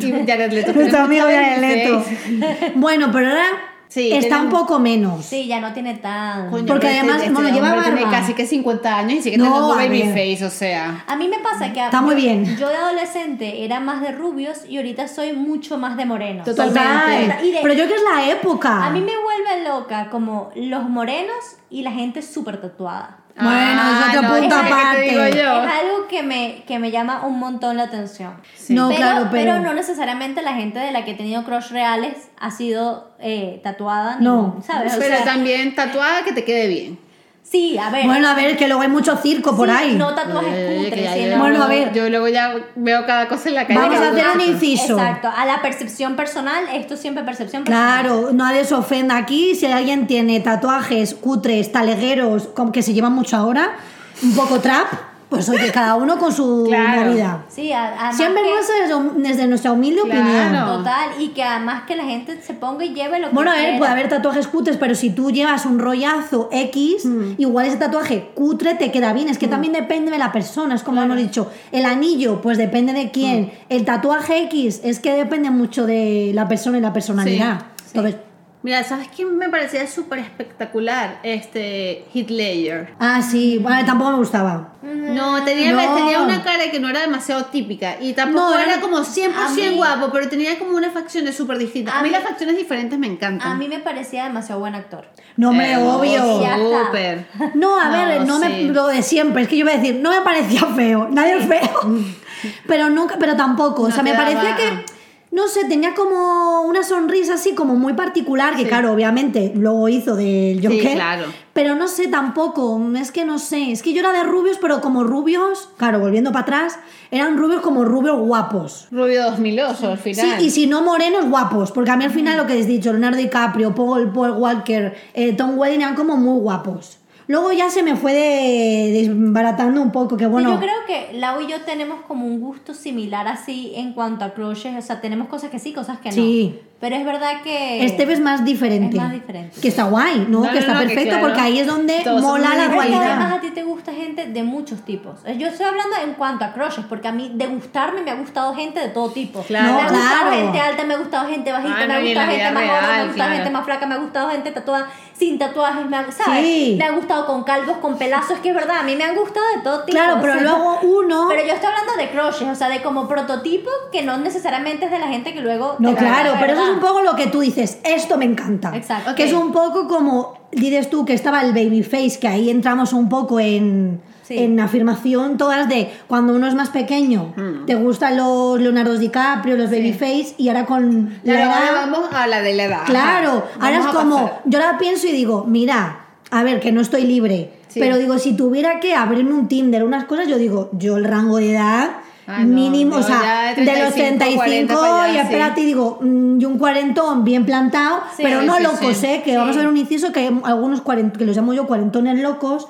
Speaker 2: y Jared Leto. tiene
Speaker 1: Nuestro
Speaker 2: mucho
Speaker 1: amigo Jared
Speaker 2: babyface.
Speaker 1: Leto. Bueno, pero ahora
Speaker 2: Sí,
Speaker 1: está un
Speaker 2: tenemos-
Speaker 1: poco menos.
Speaker 3: Sí, ya no tiene tan...
Speaker 2: Coño,
Speaker 1: Porque
Speaker 2: pero este-
Speaker 1: además,
Speaker 2: este
Speaker 1: bueno, lleva
Speaker 2: hombre tiene
Speaker 1: barba.
Speaker 2: casi que 50 años y sigue
Speaker 1: No,
Speaker 2: teniendo
Speaker 1: a ver.
Speaker 2: babyface, o sea.
Speaker 3: A mí me pasa que... a-
Speaker 1: Está muy
Speaker 3: yo-
Speaker 1: bien.
Speaker 3: Yo de adolescente era más de rubios y ahorita soy mucho más de morenos.
Speaker 2: Total.
Speaker 1: Total.
Speaker 3: Totalmente.
Speaker 1: Pero yo creo que es la época.
Speaker 3: A mí me vuelve loca como los morenos y la gente súper tatuada.
Speaker 1: Bueno,
Speaker 2: Ah,
Speaker 1: es otra
Speaker 2: no,
Speaker 1: punta
Speaker 2: ¿sabes qué te digo
Speaker 1: aparte.
Speaker 2: yo?
Speaker 3: Es algo que me, que me llama un montón la atención.
Speaker 1: Sí. No, claro, pero-
Speaker 3: no necesariamente la gente de la que he tenido crush reales ha sido eh, tatuada.
Speaker 1: No.
Speaker 3: ni- ¿sabes? O
Speaker 2: Pero
Speaker 3: sea,
Speaker 2: también tatuada que te quede bien.
Speaker 3: Sí, a ver.
Speaker 1: Bueno, a ver, que luego hay mucho circo
Speaker 3: sí,
Speaker 1: por ahí.
Speaker 3: No tatuajes
Speaker 2: Oye, Eh, que
Speaker 3: cutres,
Speaker 2: ya
Speaker 3: sino...
Speaker 2: yo-
Speaker 1: Bueno, a ver.
Speaker 2: Yo luego ya veo cada cosa en la calle.
Speaker 1: Vamos
Speaker 2: que
Speaker 1: a
Speaker 2: me
Speaker 1: hacer un
Speaker 2: gusta.
Speaker 1: inciso.
Speaker 3: Exacto, a la percepción personal, esto siempre percepción personal.
Speaker 1: Claro, nadie se ofenda aquí. Si alguien tiene tatuajes cutres, talegueros, como que se llevan mucho ahora, un poco trap, pues oye, cada uno con su
Speaker 2: Claro.
Speaker 1: movida.
Speaker 3: Sí, a- además
Speaker 1: Siempre
Speaker 3: que-
Speaker 1: hemos desde, desde nuestra humilde
Speaker 2: Claro.
Speaker 1: opinión.
Speaker 3: Total, y que además que la gente se ponga y lleve lo que
Speaker 1: Bueno, a ver,
Speaker 3: quiera.
Speaker 1: puede haber tatuajes cutres, pero si tú llevas un rollazo X, igual ese tatuaje cutre te queda bien. Es que también depende de la persona, es como hemos dicho. El anillo, pues depende de quién. El tatuaje X, es que depende mucho de la persona y la personalidad. Entonces,
Speaker 2: Mira, ¿sabes quién me parecía súper espectacular? Este, Hitler.
Speaker 1: ah, sí, bueno, tampoco me gustaba.
Speaker 2: No, tenía,
Speaker 1: Mm. No.
Speaker 2: tenía una cara que no era demasiado típica y tampoco
Speaker 1: No, era-
Speaker 2: era, como 100%
Speaker 3: a mí-
Speaker 2: guapo, pero tenía como unas facciones súper distintas. A,
Speaker 3: A
Speaker 2: mí,
Speaker 3: mí-
Speaker 2: las facciones diferentes me encantan.
Speaker 3: A mí me parecía demasiado buen actor.
Speaker 1: No, hombre,
Speaker 2: Eh,
Speaker 1: obvio.
Speaker 3: ya está.
Speaker 2: Súper.
Speaker 1: No, a ver, no
Speaker 2: No,
Speaker 1: me
Speaker 2: sí.
Speaker 1: lo de siempre. Es que yo iba a decir, no me parecía feo, nadie es feo. Pero nunca, pero tampoco. o
Speaker 2: No
Speaker 1: sea, me
Speaker 2: te daba-
Speaker 1: parecía que, no sé, tenía como una sonrisa así como muy particular, que
Speaker 2: Sí.
Speaker 1: claro, obviamente luego hizo del Joker.
Speaker 2: claro.
Speaker 1: Pero no sé tampoco, es que no sé. Es que yo era de rubios, pero como rubios, claro, volviendo para atrás, eran rubios como rubios guapos.
Speaker 2: Rubio 2008 al
Speaker 1: Sí,
Speaker 2: final.
Speaker 1: y si no morenos, guapos. Porque a mí al
Speaker 3: Mm.
Speaker 1: final lo que has dicho, Leonardo DiCaprio, Paul, Paul Walker, eh, Tom Welling eran como muy guapos. Luego ya se me fue de- desbaratando un poco, que
Speaker 3: Sí,
Speaker 1: bueno.
Speaker 3: yo creo que Lau y yo tenemos como un gusto similar así en cuanto a crushes. O sea, tenemos cosas que sí, cosas que no.
Speaker 1: Sí.
Speaker 3: Pero es verdad que.
Speaker 1: Este es más diferente.
Speaker 3: Es más diferente.
Speaker 1: Que está guay, ¿no?
Speaker 2: No,
Speaker 1: que
Speaker 2: no,
Speaker 1: está
Speaker 2: no, que
Speaker 1: perfecto
Speaker 2: claro.
Speaker 1: porque ahí es donde
Speaker 2: Todos somos
Speaker 1: mola la
Speaker 3: Pero es que además
Speaker 1: cualidad.
Speaker 3: a ti te gusta gente de muchos tipos. Eh, Yo estoy hablando en cuanto a crushes, porque a mí de gustarme me ha gustado gente de todo tipo.
Speaker 2: Claro.
Speaker 3: Me ha gustado
Speaker 1: Claro.
Speaker 3: gente alta, me ha gustado gente bajita,
Speaker 2: Ah,
Speaker 3: me ha
Speaker 2: no, y en
Speaker 3: gustado
Speaker 2: la
Speaker 3: gente
Speaker 2: vida
Speaker 3: más gorda, me ha
Speaker 2: real,
Speaker 3: gustado
Speaker 2: claro.
Speaker 3: gente más flaca, me ha gustado gente tatuada, sin tatuajes, me ha, ¿sabes?
Speaker 1: Sí.
Speaker 3: Me ha gustado con calvos, con pelazos, es que es verdad, a mí me han gustado de todo tipo.
Speaker 1: Claro,
Speaker 3: o
Speaker 1: pero
Speaker 3: sea,
Speaker 1: luego uno.
Speaker 3: Pero yo estoy hablando de crushes, o sea, de como prototipo que no necesariamente es de la gente que luego...
Speaker 1: No,
Speaker 3: te
Speaker 1: claro,
Speaker 3: agrada,
Speaker 1: pero eso es
Speaker 3: ¿verdad?
Speaker 1: un poco lo que tú dices, esto me encanta.
Speaker 3: Exacto.
Speaker 1: Que
Speaker 3: Ok.
Speaker 1: es un poco como, dices tú, que estaba el babyface, que ahí entramos un poco en,
Speaker 3: Sí.
Speaker 1: en afirmación todas de cuando uno es más pequeño,
Speaker 3: Hmm.
Speaker 1: te gustan los Leonardo DiCaprio, los babyface, y ahora con la
Speaker 2: Claro, ahora
Speaker 1: edad-
Speaker 2: vamos a la de la edad.
Speaker 1: Claro,
Speaker 2: Ajá.
Speaker 1: ahora es
Speaker 2: Vamos a
Speaker 1: como,
Speaker 2: pasar.
Speaker 1: yo la pienso y digo, mira, a ver, que no estoy libre,
Speaker 2: Sí.
Speaker 1: pero digo, si tuviera que abrirme un Tinder, unas cosas, yo digo, yo el rango de edad
Speaker 2: Ah, no,
Speaker 1: mínimo, o
Speaker 2: yo
Speaker 1: sea,
Speaker 2: ya de
Speaker 1: de los
Speaker 2: 35, 40
Speaker 1: 35
Speaker 2: para
Speaker 1: y
Speaker 2: allá, sí.
Speaker 1: espérate, y digo, mm, y un cuarentón bien plantado,
Speaker 3: Sí,
Speaker 1: pero no
Speaker 2: sí,
Speaker 1: locos,
Speaker 2: sí.
Speaker 1: ¿eh? Que
Speaker 3: Sí.
Speaker 1: vamos a ver un inciso que hay algunos cuaren- que los llamo yo cuarentones locos,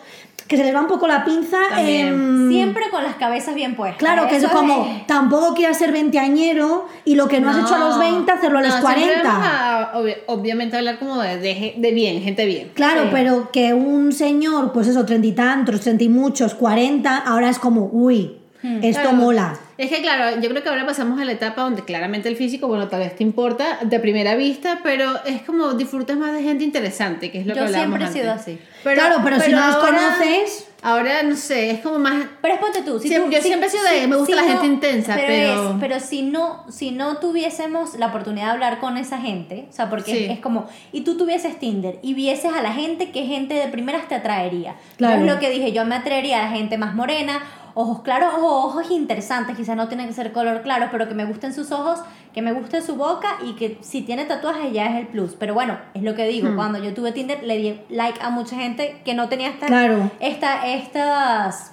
Speaker 1: que se les va un poco la pinza
Speaker 2: También.
Speaker 1: en-
Speaker 3: Siempre con las cabezas bien puestas.
Speaker 1: mm. Claro, que es
Speaker 3: Eso
Speaker 1: como, tampoco quieras ser veinteañero y lo que no, has hecho a los 20, hacerlo a los
Speaker 2: No, siempre
Speaker 1: 40.
Speaker 2: vamos a, obvi- obviamente hablar como de, de, gen- de bien, gente bien.
Speaker 1: Claro,
Speaker 3: Sí.
Speaker 1: pero que un señor, pues eso, treinta y tantos, treinta y muchos, cuarenta, ahora es como, uy,
Speaker 3: Hmm,
Speaker 1: esto
Speaker 2: Claro.
Speaker 1: mola.
Speaker 2: Es que claro, yo creo que ahora pasamos a la etapa donde claramente el físico, bueno, tal vez te importa de primera vista, pero es como disfrutas más de gente interesante, que es lo
Speaker 3: Yo
Speaker 2: que hablábamos
Speaker 3: siempre he sido
Speaker 2: antes.
Speaker 3: así.
Speaker 1: Claro, pero si no los conoces-
Speaker 2: Ahora, no sé, es como más...
Speaker 3: Pero es ponte tú. Si
Speaker 2: Siempre-
Speaker 3: tú-
Speaker 2: yo
Speaker 3: si-
Speaker 2: siempre he sido de,
Speaker 3: si-
Speaker 2: me
Speaker 3: si
Speaker 2: gusta la
Speaker 3: no-
Speaker 2: gente intensa, pero-
Speaker 3: es- pero si no, si no tuviésemos la oportunidad de hablar con esa gente, o sea, porque
Speaker 2: Sí.
Speaker 3: es, es como, y tú tuvieses Tinder y vieses a la gente, ¿qué gente de primeras te atraería?
Speaker 1: Claro.
Speaker 3: Yo es lo que dije, yo me atraería a la gente más morena, ojos claros o ojos interesantes, quizás no tienen que ser color claro, pero que me gusten sus ojos, que me guste su boca y que si tiene tatuajes ya es el plus. Pero bueno, es lo que
Speaker 2: Hmm.
Speaker 3: digo, cuando yo tuve Tinder le di like a mucha gente que no tenía esta,
Speaker 1: Claro.
Speaker 3: esta, estas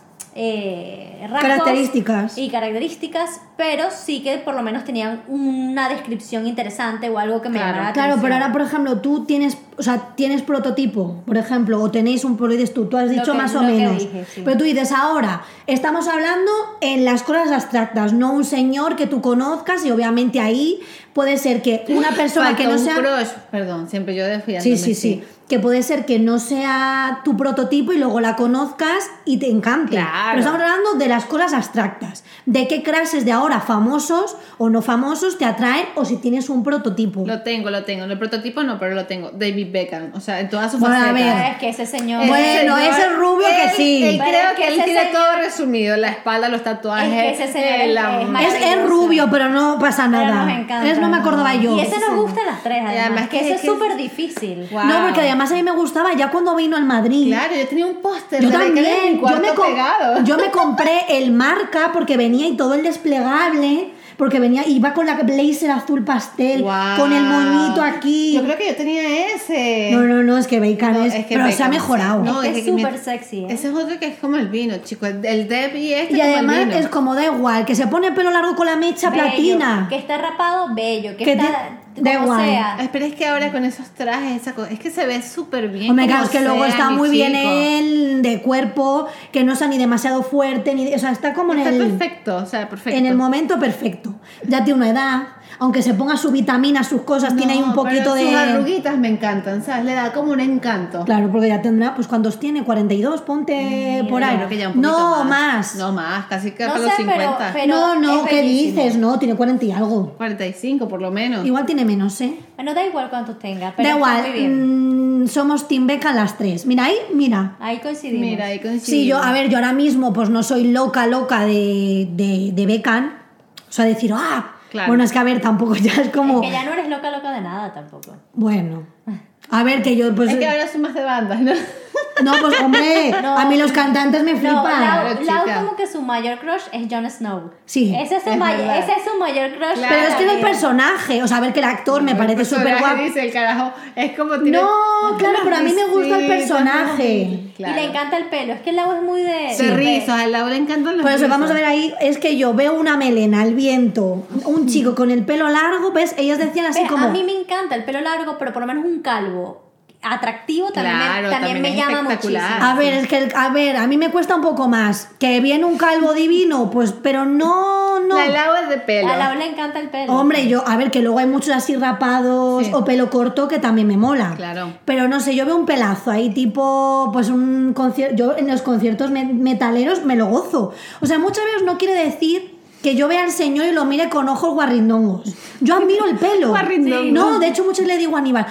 Speaker 3: eh, rasgos
Speaker 1: Características.
Speaker 3: y características, pero sí que por lo menos tenían una descripción interesante o algo que me
Speaker 2: Claro.
Speaker 3: llamara la
Speaker 1: Claro,
Speaker 3: atención.
Speaker 1: pero ahora, por ejemplo, tú tienes, o sea, tienes prototipo, por ejemplo, o tenéis un prototipo, tú, tú has
Speaker 3: Lo
Speaker 1: dicho
Speaker 3: que-
Speaker 1: más o
Speaker 3: lo que
Speaker 1: menos.
Speaker 3: dije, sí.
Speaker 1: Pero tú dices, ahora, estamos hablando en las cosas abstractas, no un señor que tú conozcas y obviamente ahí puede ser que una persona
Speaker 2: Faltó
Speaker 1: que no
Speaker 2: un
Speaker 1: sea...
Speaker 2: crush. Perdón, siempre yo desfiándome.
Speaker 1: Sí, sí, sí. Que puede ser que no sea tu prototipo y luego la conozcas y te encante.
Speaker 2: Claro.
Speaker 1: Pero estamos hablando de las cosas abstractas. De qué clases de ahora, famosos o no famosos, te atraen o si tienes un prototipo.
Speaker 2: Lo tengo, lo tengo. El prototipo no, pero lo tengo. David Beckham. O sea, en todas sus
Speaker 1: Bueno, a
Speaker 2: facetas.
Speaker 1: ver.
Speaker 3: Es que ese señor...
Speaker 1: Bueno, ese
Speaker 2: señor,
Speaker 1: rubio que
Speaker 2: él-
Speaker 1: sí.
Speaker 2: Él
Speaker 3: Pero
Speaker 2: creo
Speaker 3: es
Speaker 2: que
Speaker 3: que
Speaker 2: él
Speaker 3: ese
Speaker 2: tiene
Speaker 3: señor-
Speaker 2: todo resumido: la espalda, los tatuajes.
Speaker 3: Es que ese señor
Speaker 2: el- la-
Speaker 3: es
Speaker 1: Es, es
Speaker 3: Maravilloso.
Speaker 1: rubio, pero no pasa
Speaker 3: pero
Speaker 1: nada.
Speaker 3: nos encanta.
Speaker 1: Es no me acordaba yo.
Speaker 3: Y ese nos gusta a las tres, además.
Speaker 2: además
Speaker 3: que
Speaker 2: que-
Speaker 3: eso es
Speaker 2: que es-
Speaker 3: súper difícil.
Speaker 2: Guau.
Speaker 1: No, porque además a mí me gustaba ya cuando vino al Madrid.
Speaker 2: Claro, yo tenía un póster.
Speaker 1: Yo
Speaker 2: de Beckham en mi
Speaker 1: también. Yo me,
Speaker 2: cuarto
Speaker 1: com-
Speaker 2: pegado.
Speaker 1: yo me compré el marca porque venía y todo el desplegable. Porque venía, iba con la blazer azul pastel,
Speaker 2: Guau.
Speaker 1: con el moñito aquí.
Speaker 2: Yo creo que yo tenía ese.
Speaker 1: No, no, no, es que Bacon
Speaker 2: No,
Speaker 1: es.
Speaker 2: es que
Speaker 1: pero se ha
Speaker 2: Beckham, sí.
Speaker 1: mejorado.
Speaker 2: No,
Speaker 3: Es que
Speaker 2: es
Speaker 3: es
Speaker 2: que me-
Speaker 3: súper sexy. ¿eh?
Speaker 2: Ese es otro que es como el vino, chico. El, el Deb y este
Speaker 1: y
Speaker 2: como el
Speaker 1: además
Speaker 2: vino.
Speaker 1: es como da igual, que se pone pelo largo con la mecha
Speaker 3: Bello,
Speaker 1: platina.
Speaker 3: Que está rapado, bello. Que,
Speaker 1: Que
Speaker 3: está.
Speaker 1: te- da
Speaker 3: como
Speaker 1: igual.
Speaker 3: sea.
Speaker 2: Ay, Pero es que ahora con esos trajes, esa cosa, es que se ve súper bien.
Speaker 1: Hombre,
Speaker 2: como
Speaker 1: claro, Oh es que luego
Speaker 2: sea,
Speaker 1: está
Speaker 2: mi
Speaker 1: muy bien
Speaker 2: chico.
Speaker 1: él de cuerpo, que no sea ni demasiado fuerte, ni, o sea, está como
Speaker 2: Está
Speaker 1: en, el,
Speaker 2: perfecto, o sea, perfecto.
Speaker 1: en el momento perfecto. Ya tiene una edad, aunque se ponga su vitamina, sus cosas, tiene ahí un
Speaker 2: No,
Speaker 1: poquito
Speaker 2: pero
Speaker 1: de...
Speaker 2: Sus arruguitas me encantan, ¿sabes? Le da como un encanto.
Speaker 1: Claro, porque ya tendrá, pues ¿cuántos tiene? 42, ponte
Speaker 2: Mira,
Speaker 1: por
Speaker 2: yo
Speaker 1: ahí.
Speaker 2: creo que ya un poquito
Speaker 1: no,
Speaker 2: más.
Speaker 1: más.
Speaker 2: No más, casi que
Speaker 3: No
Speaker 2: a
Speaker 3: sé,
Speaker 2: los
Speaker 3: pero-
Speaker 2: 50.
Speaker 3: pero-
Speaker 1: no, no,
Speaker 3: es
Speaker 1: ¿qué
Speaker 3: bellísimo.
Speaker 1: dices? No, tiene 40 y algo.
Speaker 2: 45 por lo menos.
Speaker 1: Igual tiene menos, ¿eh?
Speaker 3: Bueno, da igual cuántos tenga. Pero
Speaker 1: da
Speaker 3: está
Speaker 1: igual,
Speaker 3: Muy bien.
Speaker 1: mm, somos Team Beca las tres. Mira ahí, mira.
Speaker 3: Ahí coincidimos.
Speaker 2: Mira, ahí coincidimos.
Speaker 1: Sí, yo, a ver, yo ahora mismo pues no soy loca, loca de, de, de Beckham. O sea, decir, ah,
Speaker 2: Claro.
Speaker 1: bueno, es que a ver, tampoco ya es como,
Speaker 3: Que ya no eres loca, loca de nada tampoco.
Speaker 1: bueno. A ver, que yo, pues,
Speaker 2: Es que ahora soy más de bandas, ¿no?
Speaker 1: no, pues hombre,
Speaker 3: No.
Speaker 1: a mí los cantantes me flipan.
Speaker 3: No, Lau,
Speaker 2: Claro,
Speaker 3: Lau
Speaker 2: chica.
Speaker 3: como que su mayor crush es Jon Snow.
Speaker 1: Sí,
Speaker 3: Ese es su,
Speaker 2: es
Speaker 3: may-
Speaker 2: verdad.
Speaker 3: ese es su mayor crush.
Speaker 2: Claro.
Speaker 1: Pero es que
Speaker 3: para
Speaker 1: del
Speaker 3: mí.
Speaker 1: personaje, o sea, a ver, que el actor me parece súper
Speaker 2: personaje,
Speaker 1: guapo.
Speaker 2: Dice el carajo, es como tiene-
Speaker 1: No, claro, pero a mí me gusta el
Speaker 2: Sí,
Speaker 1: personaje.
Speaker 2: Claro.
Speaker 3: Y le encanta el pelo. Es que Lau es muy de.
Speaker 2: De rizos, a Laura le encantan los
Speaker 1: Por eso,
Speaker 2: rizos.
Speaker 1: vamos a ver ahí, es que yo veo una melena al viento, un chico con el pelo largo, ¿ves? Ellas decían así
Speaker 3: Pero
Speaker 1: como...
Speaker 3: Pues, A mí me encanta el pelo largo, pero por lo menos un calvo atractivo también, me-
Speaker 2: Claro,
Speaker 3: también,
Speaker 2: también
Speaker 3: me
Speaker 2: es
Speaker 3: llama
Speaker 2: espectacular.
Speaker 3: muchísimo.
Speaker 1: A ver, es que, el- a ver, a mí me cuesta un poco más. Que viene un calvo divino, pues, pero no, no.
Speaker 2: La Laura es de pelo.
Speaker 3: A Lau le encanta el pelo.
Speaker 1: Hombre, yo, a ver, que luego hay muchos así rapados
Speaker 2: pues. Sí.
Speaker 1: o pelo corto que también me mola.
Speaker 2: Claro.
Speaker 1: Pero no sé, yo veo un pelazo ahí, tipo, pues un concierto. Yo en los conciertos me- metaleros me lo gozo. O sea, muchas veces no quiere decir que yo vea al señor y lo mire con ojos guarrindongos. Yo admiro el pelo.
Speaker 2: Guarrindongos.
Speaker 1: No, de hecho, muchas le digo a Aníbal.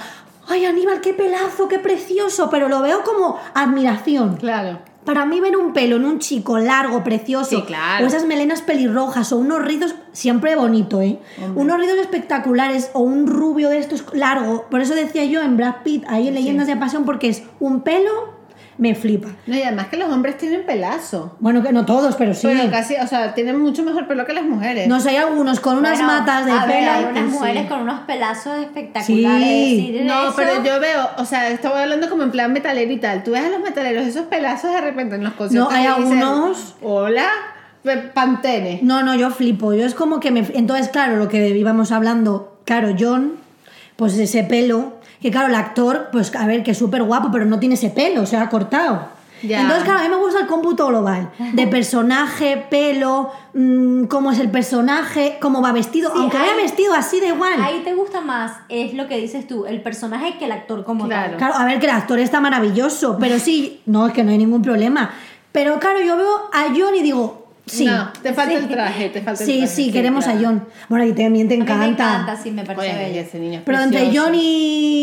Speaker 1: Ay, Aníbal, qué pelazo, qué precioso, pero lo veo como admiración.
Speaker 2: Claro.
Speaker 1: Para mí ver un pelo en un chico largo, precioso,
Speaker 2: Sí, claro.
Speaker 1: o esas melenas pelirrojas, o unos rizos, siempre bonito, ¿eh? Unos rizos espectaculares, o un rubio de estos largo. Por eso decía yo en Brad Pitt, ahí en Leyendas de Pasión, porque es un pelo, me flipa.
Speaker 2: No, y además que los hombres tienen pelazo.
Speaker 1: Bueno, que no todos, pero sí.
Speaker 2: Pero casi, o sea, tienen mucho mejor pelo que las mujeres.
Speaker 1: No sé, hay algunos con unas
Speaker 3: Bueno,
Speaker 1: matas de
Speaker 3: a ver,
Speaker 1: pelo.
Speaker 3: hay unas
Speaker 2: sí.
Speaker 3: mujeres con unos pelazos espectaculares.
Speaker 1: Sí.
Speaker 3: decir
Speaker 2: No,
Speaker 3: eso-
Speaker 2: pero yo veo, o sea, estaba hablando como en plan metalero y tal. Tú ves a los metaleros, esos pelazos de repente en los conciertos.
Speaker 1: No, hay
Speaker 2: y dicen,
Speaker 1: algunos-
Speaker 2: Hola, pe- pantene.
Speaker 1: No, no, yo flipo. Yo es como que me. Entonces, claro, lo que íbamos hablando, claro, John, pues ese pelo. Que claro, el actor, pues a ver, que es súper guapo, pero no tiene ese pelo, se ha cortado.
Speaker 2: Ya.
Speaker 1: Entonces, claro, a mí me gusta el cómputo global. De personaje, pelo, mm, cómo es el personaje, cómo va vestido.
Speaker 3: Sí,
Speaker 1: Aunque
Speaker 3: ahí-
Speaker 1: vaya vestido así, da igual.
Speaker 3: Ahí te gusta más, es lo que dices tú, el personaje que el actor como
Speaker 2: Claro.
Speaker 1: Claro, a ver, que el actor está maravilloso, pero sí, no, es que no hay ningún problema. Pero claro, yo veo a John y digo, sí.
Speaker 2: No, te falta el traje, te falta el
Speaker 1: Sí,
Speaker 2: traje.
Speaker 1: sí, queremos
Speaker 2: claro.
Speaker 1: a John. Bueno, y también te
Speaker 3: tal.
Speaker 1: encanta.
Speaker 3: A mí me encanta, sí, me parece
Speaker 2: Oye,
Speaker 3: bello.
Speaker 2: ese niño es
Speaker 1: Pero entre
Speaker 2: precioso.
Speaker 1: John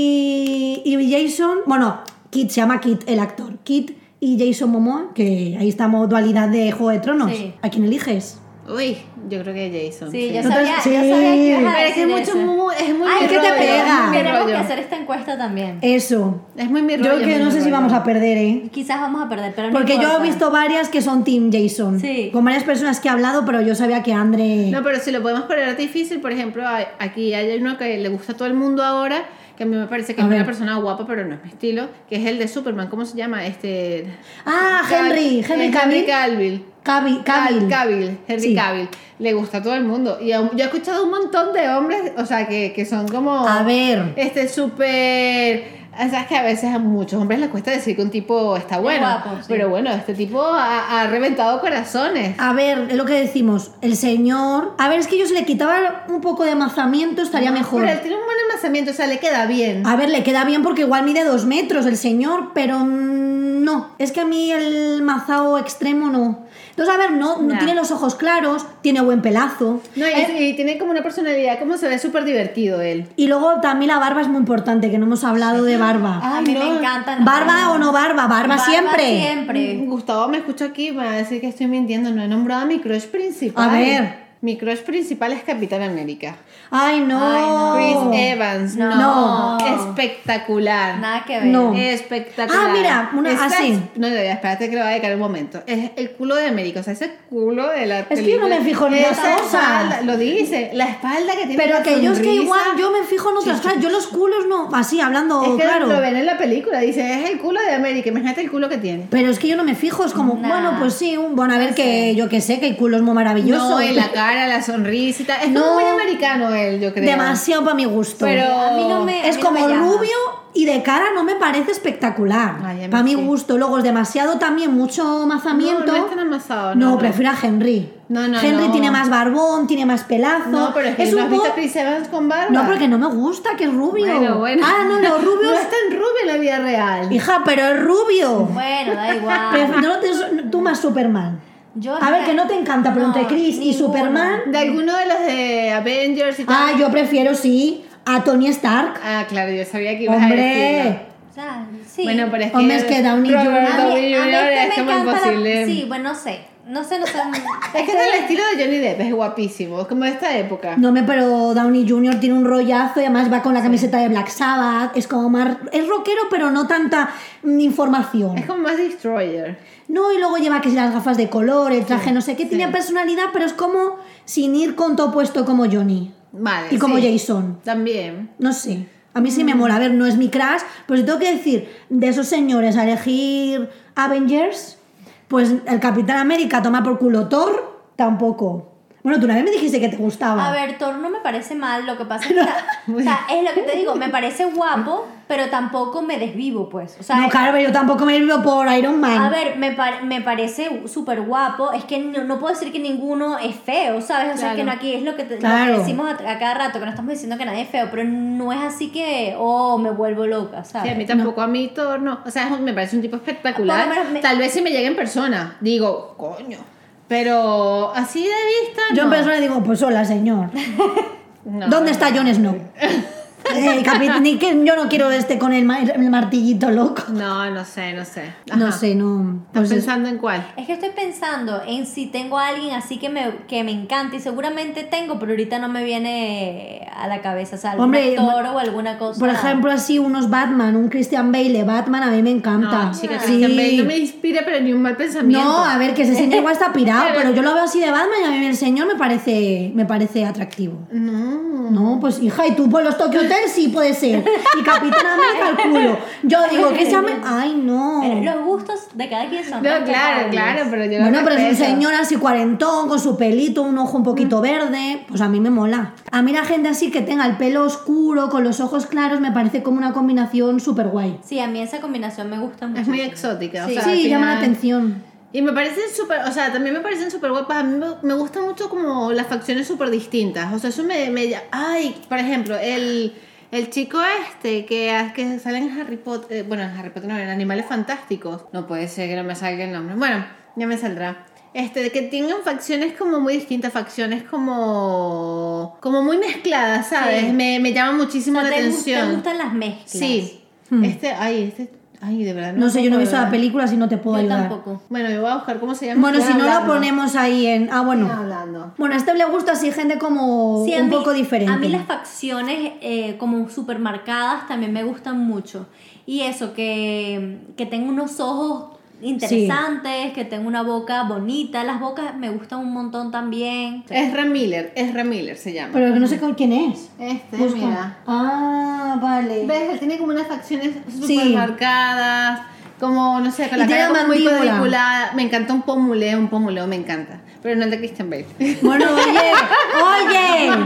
Speaker 1: y, y Jason, bueno, Kit se llama Kit, el actor. Kit y Jason Momoa, que ahí estamos dualidad de Juego de Tronos.
Speaker 3: Sí.
Speaker 1: ¿A quién eliges?
Speaker 2: Uy, yo creo que Jason.
Speaker 3: Sí, yo
Speaker 1: No te-
Speaker 3: sabía, yo
Speaker 1: sí.
Speaker 3: sabía que ibas a
Speaker 2: Pero es que
Speaker 3: decir
Speaker 2: es mucho,
Speaker 3: eso.
Speaker 2: muy, es muy
Speaker 1: Ay,
Speaker 2: mi
Speaker 1: ¿qué te
Speaker 2: rollo,
Speaker 1: pega?
Speaker 2: es muy mi
Speaker 3: Tenemos que
Speaker 2: rollo.
Speaker 3: hacer esta encuesta también.
Speaker 1: Eso.
Speaker 2: Es muy mi
Speaker 1: Yo
Speaker 2: rollo,
Speaker 1: creo que
Speaker 2: es
Speaker 1: no
Speaker 2: muy
Speaker 1: sé
Speaker 2: mi
Speaker 1: si
Speaker 2: rollo.
Speaker 1: vamos a perder, ¿eh?
Speaker 3: Quizás vamos a perder, pero no
Speaker 1: Porque yo he
Speaker 3: importa.
Speaker 1: visto varias que son Team Jason.
Speaker 3: Sí.
Speaker 1: Con varias personas que he hablado, pero yo sabía que Andre.
Speaker 2: No, pero si lo podemos poner difícil, por ejemplo, hay- aquí hay uno que le gusta a todo el mundo ahora, que a mí me parece que
Speaker 1: A
Speaker 2: es
Speaker 1: ver.
Speaker 2: una persona guapa, pero no es mi estilo, que es el de Superman, ¿cómo se llama? Este...
Speaker 1: Ah, Henry,
Speaker 2: Cav-
Speaker 1: Henry
Speaker 2: eh,
Speaker 1: Cavill.
Speaker 2: Cavill.
Speaker 1: Cavi- Cavill.
Speaker 2: Cavill. Cavill, Henry
Speaker 1: Sí.
Speaker 2: Cavill. Le gusta a todo el mundo. Y aún- yo he escuchado un montón de hombres, o sea, que, que son como...
Speaker 1: A ver.
Speaker 2: Este, súper... O sea, es que a veces a muchos hombres les cuesta decir que un tipo está bueno.
Speaker 3: guapo, sí.
Speaker 2: Pero bueno, este tipo ha, ha reventado corazones.
Speaker 1: A ver, es lo que decimos. El señor. A ver, es que yo si le quitaba un poco de amazamiento estaría mejor. Ah,
Speaker 2: Pero él tiene un buen envasamiento, o sea, le queda bien.
Speaker 1: A ver, le queda bien porque igual mide dos metros el señor, pero mm, no. Es que a mí el mazao extremo no. Entonces, a ver, no, no
Speaker 2: Ya.
Speaker 1: tiene los ojos claros, tiene buen pelazo.
Speaker 2: No, y,
Speaker 1: Eh,
Speaker 2: y tiene como una personalidad, como se ve súper divertido él.
Speaker 1: y luego también la barba es muy importante, que no hemos hablado de barba.
Speaker 3: a mí
Speaker 2: no.
Speaker 3: me encanta.
Speaker 1: ¿Barba o no barba? Barba, siempre. Mm.
Speaker 3: siempre.
Speaker 2: Gustavo me escucha aquí y me va a decir que estoy mintiendo. No he nombrado a mi crush principal.
Speaker 1: A ver.
Speaker 2: Mi crush principal es Capitán América.
Speaker 1: Ay, no.
Speaker 2: Chris Evans. No.
Speaker 1: No.
Speaker 2: Espectacular.
Speaker 3: Nada que ver.
Speaker 1: No.
Speaker 2: Espectacular.
Speaker 1: Ah, mira, una-
Speaker 2: Esa
Speaker 1: así.
Speaker 2: es- no, no, espérate que lo voy a dedicar un momento. Es el culo de América. O sea, ese culo de la.
Speaker 1: que yo no me fijo en
Speaker 2: Esa
Speaker 1: esas cosas.
Speaker 2: espalda, Lo dice. La espalda que tiene.
Speaker 1: Pero
Speaker 2: la
Speaker 1: aquellos que
Speaker 2: sonrisa.
Speaker 1: igual yo me fijo en otras cosas. Yo los culos no. Así, hablando
Speaker 2: Es que
Speaker 1: claro.
Speaker 2: lo ven en la película, dice, es el culo de América, imagínate el culo que tiene.
Speaker 1: Pero es que yo no me fijo, es como,
Speaker 3: Nah.
Speaker 1: bueno, pues sí, un, bueno, a ver que yo que sé, que el culo es muy maravilloso.
Speaker 2: No, en la cara, la sonrisa y tal. Es
Speaker 1: No.
Speaker 2: como muy americano él, yo creo.
Speaker 1: Demasiado para mi gusto.
Speaker 2: Pero-
Speaker 3: A mí no me. a
Speaker 1: es
Speaker 3: mí no
Speaker 1: como
Speaker 3: me llama.
Speaker 1: rubio y de cara no me parece
Speaker 2: Ay, a
Speaker 1: espectacular.
Speaker 2: mí
Speaker 1: Para mi
Speaker 2: sí.
Speaker 1: gusto. Luego es demasiado también, mucho
Speaker 2: No,
Speaker 1: mazamiento.
Speaker 2: no es tan amasado.
Speaker 1: No,
Speaker 2: No,
Speaker 1: prefiero a Henry.
Speaker 2: No, no,
Speaker 1: Henry
Speaker 2: no.
Speaker 1: tiene más barbón, tiene más pelazo.
Speaker 2: No, pero es que no has
Speaker 1: un
Speaker 2: visto
Speaker 1: poco-
Speaker 2: a Chris Evans con barba.
Speaker 1: No, porque no me gusta, que es rubio.
Speaker 2: Bueno, bueno.
Speaker 1: Ah, no, los rubios.
Speaker 2: No es tan rubio en la vida real.
Speaker 1: Hija, pero es rubio.
Speaker 3: Bueno, da igual.
Speaker 1: Prefiero- no te- tú más Superman.
Speaker 3: Yo-
Speaker 1: A ver, que no te encanta, pero
Speaker 3: No,
Speaker 1: entre Chris y
Speaker 3: ninguno.
Speaker 1: Superman.
Speaker 2: De alguno de los de Avengers y tal.
Speaker 1: Ah, yo prefiero, sí, a Tony Stark.
Speaker 2: Ah, claro, yo sabía que ibas a decirlo.
Speaker 1: Hombre,
Speaker 3: O sea, sí.
Speaker 2: Bueno, pero es que...
Speaker 1: Hombre, es que Downey
Speaker 2: Robert
Speaker 1: Jr.
Speaker 3: a mí, a
Speaker 2: Downey
Speaker 3: mí
Speaker 2: Jr.
Speaker 1: este
Speaker 3: es
Speaker 2: es
Speaker 3: que me
Speaker 2: como
Speaker 3: encanta
Speaker 2: imposible.
Speaker 3: la... Sí, bueno, no sé. No sé, no sé.
Speaker 2: Es que es del estilo de Johnny Depp, es guapísimo, es como de esta época.
Speaker 1: este no me, pero Downey Jr. tiene un rollazo y además va con la camiseta de Black Sabbath. Es como más. Es rockero, pero no tanta mm,
Speaker 2: Es
Speaker 1: información.
Speaker 2: como más Destroyer.
Speaker 1: No, y luego lleva que si las gafas de color, el traje, no sé qué. Tiene personalidad, pero es como sin ir con todo puesto como Johnny.
Speaker 2: Vale.
Speaker 1: Y como
Speaker 2: sí.
Speaker 1: Jason.
Speaker 2: También.
Speaker 1: No sé. A mí sí
Speaker 3: Mm.
Speaker 1: me mola. A ver, no es mi crush, pero si tengo que decir, de esos señores a elegir Avengers, pues el Capitán América toma por culo Thor, tampoco. Bueno, tú una vez me dijiste que te gustaba.
Speaker 3: A ver, Thor no me parece mal, lo que pasa es que, o sea, o sea, es lo que te digo, me parece guapo, pero tampoco me desvivo, pues. O sea,
Speaker 1: no, claro, pero yo tampoco me vivo por Iron Man.
Speaker 3: a ver, me, par- me parece súper guapo, es que no, no puedo decir que ninguno es feo, ¿sabes? O sea,
Speaker 2: Claro.
Speaker 3: que no, aquí es lo que, te, lo que
Speaker 1: Claro.
Speaker 3: decimos a, a cada rato, que no estamos diciendo que nadie es feo, pero no es así que, oh, me vuelvo loca,
Speaker 2: Sí,
Speaker 3: ¿sabes?
Speaker 2: a mí tampoco, a mí todo no. O sea, es un- me parece un tipo
Speaker 3: Por lo
Speaker 2: espectacular.
Speaker 3: menos me-
Speaker 2: Tal vez si me llegue en persona, digo, coño. Pero así de vista.
Speaker 1: yo en
Speaker 2: no.
Speaker 1: persona digo, pues hola, señor.
Speaker 2: No.
Speaker 1: ¿Dónde está Jon Snow? Eh, capi- ni que- yo no quiero este con el, ma- el martillito loco.
Speaker 2: No, no sé, no sé.
Speaker 1: No
Speaker 2: Ajá.
Speaker 1: sé, no.
Speaker 2: ¿Estás
Speaker 1: pues es-
Speaker 2: pensando en cuál?
Speaker 3: Es que estoy pensando en si tengo a alguien así que me, que me encante, y seguramente tengo, pero ahorita no me viene a la cabeza, o sea, algún
Speaker 1: Hombre,
Speaker 3: actor o alguna cosa.
Speaker 1: Por ejemplo, así unos Batman, un Christian Bale de Batman, a mí me encanta.
Speaker 2: No, chica,
Speaker 1: Sí.
Speaker 2: Christian Bale no me inspira, pero ni un mal pensamiento.
Speaker 1: No, a ver, que ese señor igual está pirado, pero yo lo veo así de Batman y a mí el señor me parece, me parece atractivo.
Speaker 2: No.
Speaker 1: No, pues hija, y tú por los Tokyo Hotel sí puede ser. Y Capitán América al culo. Yo digo que se llame. Ay, no.
Speaker 3: Pero los gustos de cada quien son.
Speaker 2: No, claro,
Speaker 3: respetables.
Speaker 2: claro, pero yo
Speaker 1: Bueno,
Speaker 2: lo
Speaker 1: pero es un
Speaker 2: respeto.
Speaker 1: señor así cuarentón, con su pelito, un ojo un poquito verde. Pues a mí me mola. A mí la gente así que tenga el pelo oscuro, con los ojos claros, me parece como una combinación súper guay.
Speaker 3: Sí, a mí esa combinación me gusta mucho.
Speaker 2: Es muy exótica.
Speaker 3: Sí.
Speaker 2: o sea, al
Speaker 1: Sí, llama la
Speaker 2: final-
Speaker 1: atención.
Speaker 2: Y me parecen súper, o sea, también me parecen súper guapas. A mí me, me gusta mucho como las facciones súper distintas. O sea, eso me, me... Ay, por ejemplo, el, el chico este que, ha- que sale en Harry Potter... eh, bueno, en Harry Potter no, en Animales Fantásticos. No puede ser que no me salga el nombre. Bueno, ya me saldrá. Este, de que tengan facciones como muy distintas, facciones como... Como muy mezcladas, ¿sabes?
Speaker 3: Sí.
Speaker 2: Me, me llama
Speaker 3: O
Speaker 2: muchísimo
Speaker 3: sea,
Speaker 2: la
Speaker 3: te, gu-
Speaker 2: atención.
Speaker 3: te gustan las mezclas.
Speaker 2: Sí. Este, ay, este... Ay, de verdad.
Speaker 1: Hmm. No sé, yo no he visto la película,
Speaker 2: película
Speaker 1: así no te puedo
Speaker 3: Yo
Speaker 1: ayudar.
Speaker 3: tampoco.
Speaker 2: Bueno, yo voy a buscar cómo se llama.
Speaker 1: Bueno, si
Speaker 2: Estoy
Speaker 1: no la
Speaker 2: hablando.
Speaker 1: ponemos ahí en. Ah, bueno.
Speaker 2: Estoy hablando.
Speaker 1: Bueno, a este le gusta así gente como
Speaker 3: Sí, a
Speaker 1: un
Speaker 3: mí-
Speaker 1: poco diferente.
Speaker 3: A mí las facciones eh, como súper marcadas también me gustan mucho. Y eso, que, que tengo unos ojos interesantes, que tenga una boca bonita. Las bocas me gustan un montón también.
Speaker 2: Ezra Miller, Ezra Miller se llama.
Speaker 1: Pero que no sé con quién es.
Speaker 2: este,
Speaker 1: Busca.
Speaker 2: mira.
Speaker 1: Ah, vale.
Speaker 2: ¿Ves? Él tiene como unas facciones súper
Speaker 1: Sí.
Speaker 2: marcadas, como, no sé, con
Speaker 1: Y
Speaker 2: la
Speaker 1: tiene
Speaker 2: cara como muy
Speaker 1: mandíbula.
Speaker 2: cuadriculada. Me encanta un pomuleo, un pomuleo me encanta. Pero no el de Christian Bale.
Speaker 1: Bueno, oye, oye.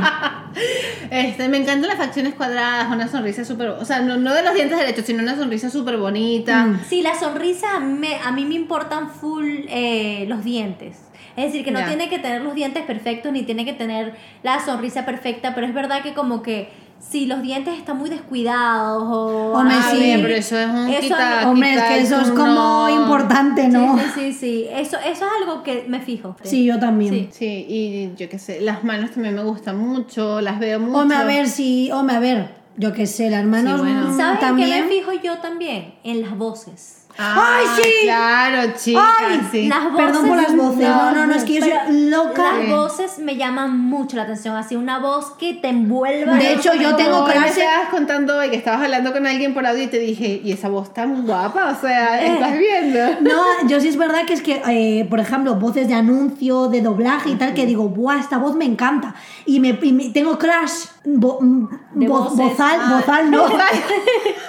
Speaker 2: Este, me encantan las facciones cuadradas, una sonrisa súper... O sea, no, no de los dientes derechos, sino una sonrisa súper bonita.
Speaker 1: Mm.
Speaker 3: Sí, la sonrisa me, a mí me importan full eh, los dientes. Es decir, que no
Speaker 2: Ya.
Speaker 3: tiene que tener los dientes perfectos ni tiene que tener la sonrisa perfecta, pero es verdad que como que si los dientes están muy descuidados o...
Speaker 1: Hombre,
Speaker 2: Ah,
Speaker 1: sí.
Speaker 2: bien, pero eso es un
Speaker 3: Eso-
Speaker 2: quita-
Speaker 1: Hombre, es
Speaker 2: quita
Speaker 1: que
Speaker 2: y
Speaker 1: eso es
Speaker 2: tú
Speaker 1: como
Speaker 2: no.
Speaker 1: importante,
Speaker 3: Sí,
Speaker 1: ¿no?
Speaker 3: Sí, sí, sí. Eso, eso es algo que me fijo.
Speaker 1: Sí, yo también.
Speaker 3: Sí.
Speaker 2: Sí, y yo qué sé, las manos también me gustan mucho, las veo mucho.
Speaker 1: Hombre, a ver si. Hombre, a ver. Yo qué sé, la hermana
Speaker 2: Sí, bueno.
Speaker 1: mm,
Speaker 3: ¿Sabes en qué
Speaker 1: también.
Speaker 3: me fijo yo también? En las voces.
Speaker 2: Ah,
Speaker 1: ¡Ay, sí!
Speaker 2: Claro, chicas,
Speaker 1: ¡Ay!
Speaker 2: sí.
Speaker 3: Las voces.
Speaker 1: Perdón por las voces. No, no, no, es que yo soy
Speaker 3: pero
Speaker 1: loca.
Speaker 3: Las
Speaker 2: Sí.
Speaker 3: voces me llaman mucho la atención. Así, una voz que te envuelva.
Speaker 1: De hecho, yo tengo
Speaker 2: Hoy me
Speaker 1: clase-
Speaker 2: estabas contando hoy que estabas hablando con alguien por audio y te dije, y esa voz tan guapa, o sea,
Speaker 1: Eh.
Speaker 2: estás viendo.
Speaker 1: No, yo sí es verdad que es que, eh, por ejemplo, voces de anuncio, de doblaje y tal, que digo, ¡buah, esta voz me encanta! Y me, y me- tengo crash. Bo, mm,
Speaker 3: De
Speaker 1: bo-
Speaker 3: voces.
Speaker 1: Bozal,
Speaker 2: Ah.
Speaker 1: bozal no.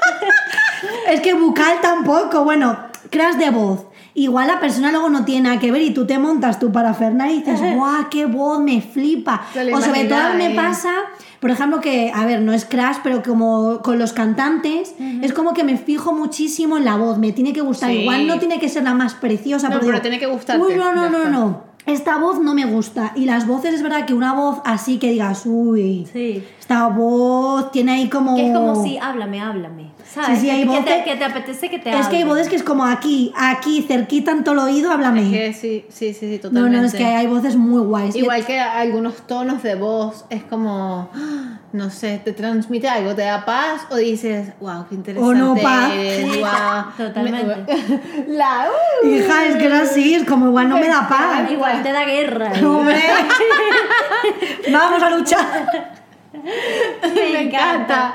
Speaker 1: es que bucal tampoco. Bueno, crash de voz. Igual la persona luego no tiene nada que ver y tú te montas tu parafernalia y dices, ¡buah, qué voz, me flipa!
Speaker 2: Te lo
Speaker 1: O sobre todo
Speaker 2: imaginas,
Speaker 1: me
Speaker 2: eh.
Speaker 1: pasa, por ejemplo, que, a ver, no es crash, pero como con los cantantes, es como que me fijo muchísimo en la voz, me tiene que gustar.
Speaker 2: Sí.
Speaker 1: Igual no tiene que ser la más preciosa. pero
Speaker 2: No, pero
Speaker 1: digo,
Speaker 2: tiene que gustarte,
Speaker 1: Uy, no, no,
Speaker 2: ya
Speaker 1: no,
Speaker 2: está".
Speaker 1: no. Esta voz no me gusta. Y las voces, es verdad que una voz así que digas, uy,
Speaker 3: Sí.
Speaker 1: esta voz tiene ahí como.
Speaker 3: Que es como si, háblame, háblame. ¿Sabes?
Speaker 1: Sí, sí, hay
Speaker 3: que,
Speaker 1: voces-
Speaker 3: te, que te apetece que te
Speaker 1: Es que hay
Speaker 3: hablen.
Speaker 1: voces que es como aquí, aquí, cerquita en todo el oído, háblame.
Speaker 2: Es que sí, sí, sí, sí,
Speaker 1: no,
Speaker 2: totalmente.
Speaker 1: no, es que hay voces muy guays.
Speaker 2: Igual que algunos tonos de voz, es como, ¡ah! no sé, te transmite algo, te da paz o dices, wow, qué interesante.
Speaker 1: O no paz.
Speaker 2: eres,
Speaker 3: Sí,
Speaker 2: guau".
Speaker 3: totalmente.
Speaker 2: Me- La, uh,
Speaker 1: Hija, es que era así, es como igual no me da
Speaker 3: Ah,
Speaker 1: paz.
Speaker 3: Igual te da guerra.
Speaker 1: Hombre. Vamos a luchar.
Speaker 3: Me,
Speaker 2: me encanta.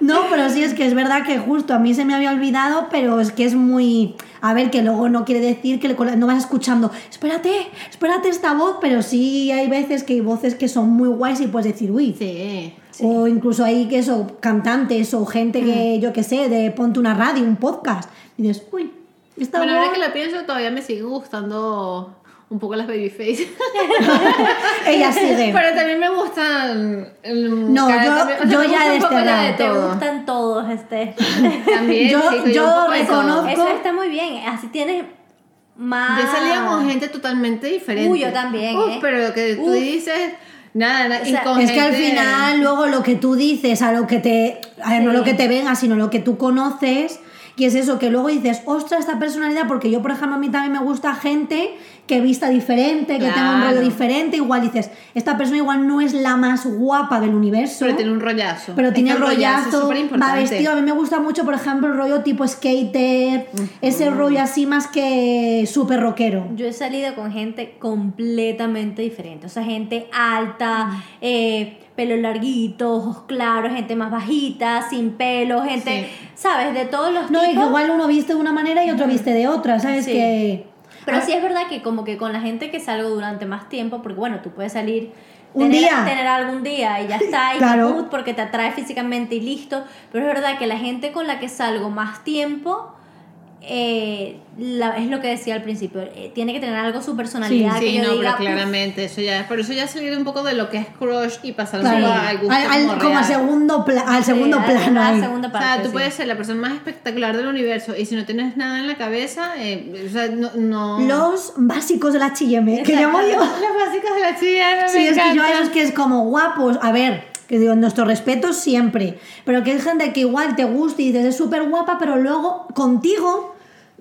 Speaker 1: No, pero sí es que es verdad que justo a mí se me había olvidado, pero es que es muy. A ver, que luego no quiere decir que le- no vas escuchando, espérate, espérate esta voz, pero sí hay veces que hay voces que son muy guays y puedes decir, uy.
Speaker 2: Sí.
Speaker 1: O incluso hay que eso, cantantes o gente que, yo qué sé, de ponte una radio, un podcast. Y dices, uy, esta
Speaker 2: Bueno, ahora
Speaker 1: voz.
Speaker 2: que lo pienso, todavía me siguen gustando un poco las babyface.
Speaker 1: Ella sigue.
Speaker 2: Pero también me gustan. mm,
Speaker 1: No,
Speaker 2: cada-
Speaker 1: yo-
Speaker 2: también- o sea,
Speaker 1: yo
Speaker 2: me
Speaker 1: ya
Speaker 2: gusta un poco la
Speaker 1: desterrado
Speaker 2: de
Speaker 3: Te
Speaker 2: todo.
Speaker 3: gustan todos, este.
Speaker 2: También,
Speaker 1: Yo-
Speaker 2: chico,
Speaker 1: yo
Speaker 2: un poco de todo.
Speaker 1: reconozco-
Speaker 3: Eso está muy bien. Así tienes más.
Speaker 2: Yo salía
Speaker 1: Ah.
Speaker 2: con gente totalmente diferente.
Speaker 3: Uy, yo también,
Speaker 2: Uf,
Speaker 3: ¿eh?
Speaker 2: pero lo que tú
Speaker 3: Uf.
Speaker 2: dices, nada, nada.
Speaker 3: O
Speaker 2: y
Speaker 3: sea,
Speaker 2: con
Speaker 1: Es que al
Speaker 2: gente-
Speaker 1: final, luego lo que tú dices, a lo que te. a ver, no
Speaker 3: Sí.
Speaker 1: lo que te venga, sino lo que tú conoces. Y es eso, que luego dices, ostras, esta personalidad, porque yo, por ejemplo, a mí también me gusta gente que vista diferente, que tenga un
Speaker 2: Claro.
Speaker 1: rollo diferente. Igual dices, esta persona igual no es la más guapa del universo.
Speaker 2: Pero tiene un rollazo.
Speaker 1: Pero
Speaker 2: Es
Speaker 1: tiene
Speaker 2: que el es
Speaker 1: rollazo, va
Speaker 2: superimportante.
Speaker 1: vestido. A mí me gusta mucho, por ejemplo, el rollo tipo skater, ese rollo así más que súper rockero.
Speaker 3: Yo he salido con gente completamente diferente. O sea, gente
Speaker 1: Mm.
Speaker 3: alta, eh, pelo larguito, ojos claros, gente más bajita, sin pelo, gente. ¿Sabes? De todos los
Speaker 1: No, y que
Speaker 3: tipos.
Speaker 1: igual uno viste de una manera y otro viste de otra, ¿sabes?
Speaker 3: Sí.
Speaker 1: Que.
Speaker 2: Ah.
Speaker 3: Pero sí es verdad que como que con la gente que salgo durante más tiempo, porque bueno, tú puedes salir
Speaker 1: Un
Speaker 3: tener,
Speaker 1: día.
Speaker 3: tener algún día y ya está, y
Speaker 1: Claro.
Speaker 3: caput, porque te atrae físicamente y listo. Pero es verdad que la gente con la que salgo más tiempo, eh, la- es lo que decía al principio, eh, tiene que tener algo su personalidad que
Speaker 2: Sí,
Speaker 3: yo
Speaker 2: no,
Speaker 3: diga,
Speaker 2: pero claramente, eso ya es. Por eso ya salir un poco de lo que es crush y pasar un
Speaker 1: Claro.
Speaker 2: poco al gusto.
Speaker 1: Al- al-
Speaker 2: como
Speaker 1: como al
Speaker 2: real.
Speaker 1: segundo, pla- al
Speaker 3: "Uf,
Speaker 1: segundo
Speaker 3: sí,
Speaker 1: plano.
Speaker 3: la
Speaker 1: ahí.
Speaker 3: Ah, segunda
Speaker 2: O sea,
Speaker 3: parte,
Speaker 2: tú
Speaker 3: sí".
Speaker 2: puedes ser la persona más espectacular del universo y si no tienes nada en la cabeza, eh, o sea, no... no...
Speaker 1: Los básicos de la HM, que llamo yo.
Speaker 2: Los básicos de la chía,
Speaker 1: Sí, es que yo a esos que es como guapos. A ver, que digo, nuestro respeto siempre. Pero que hay gente que igual te gusta y dices es súper guapa, pero luego contigo,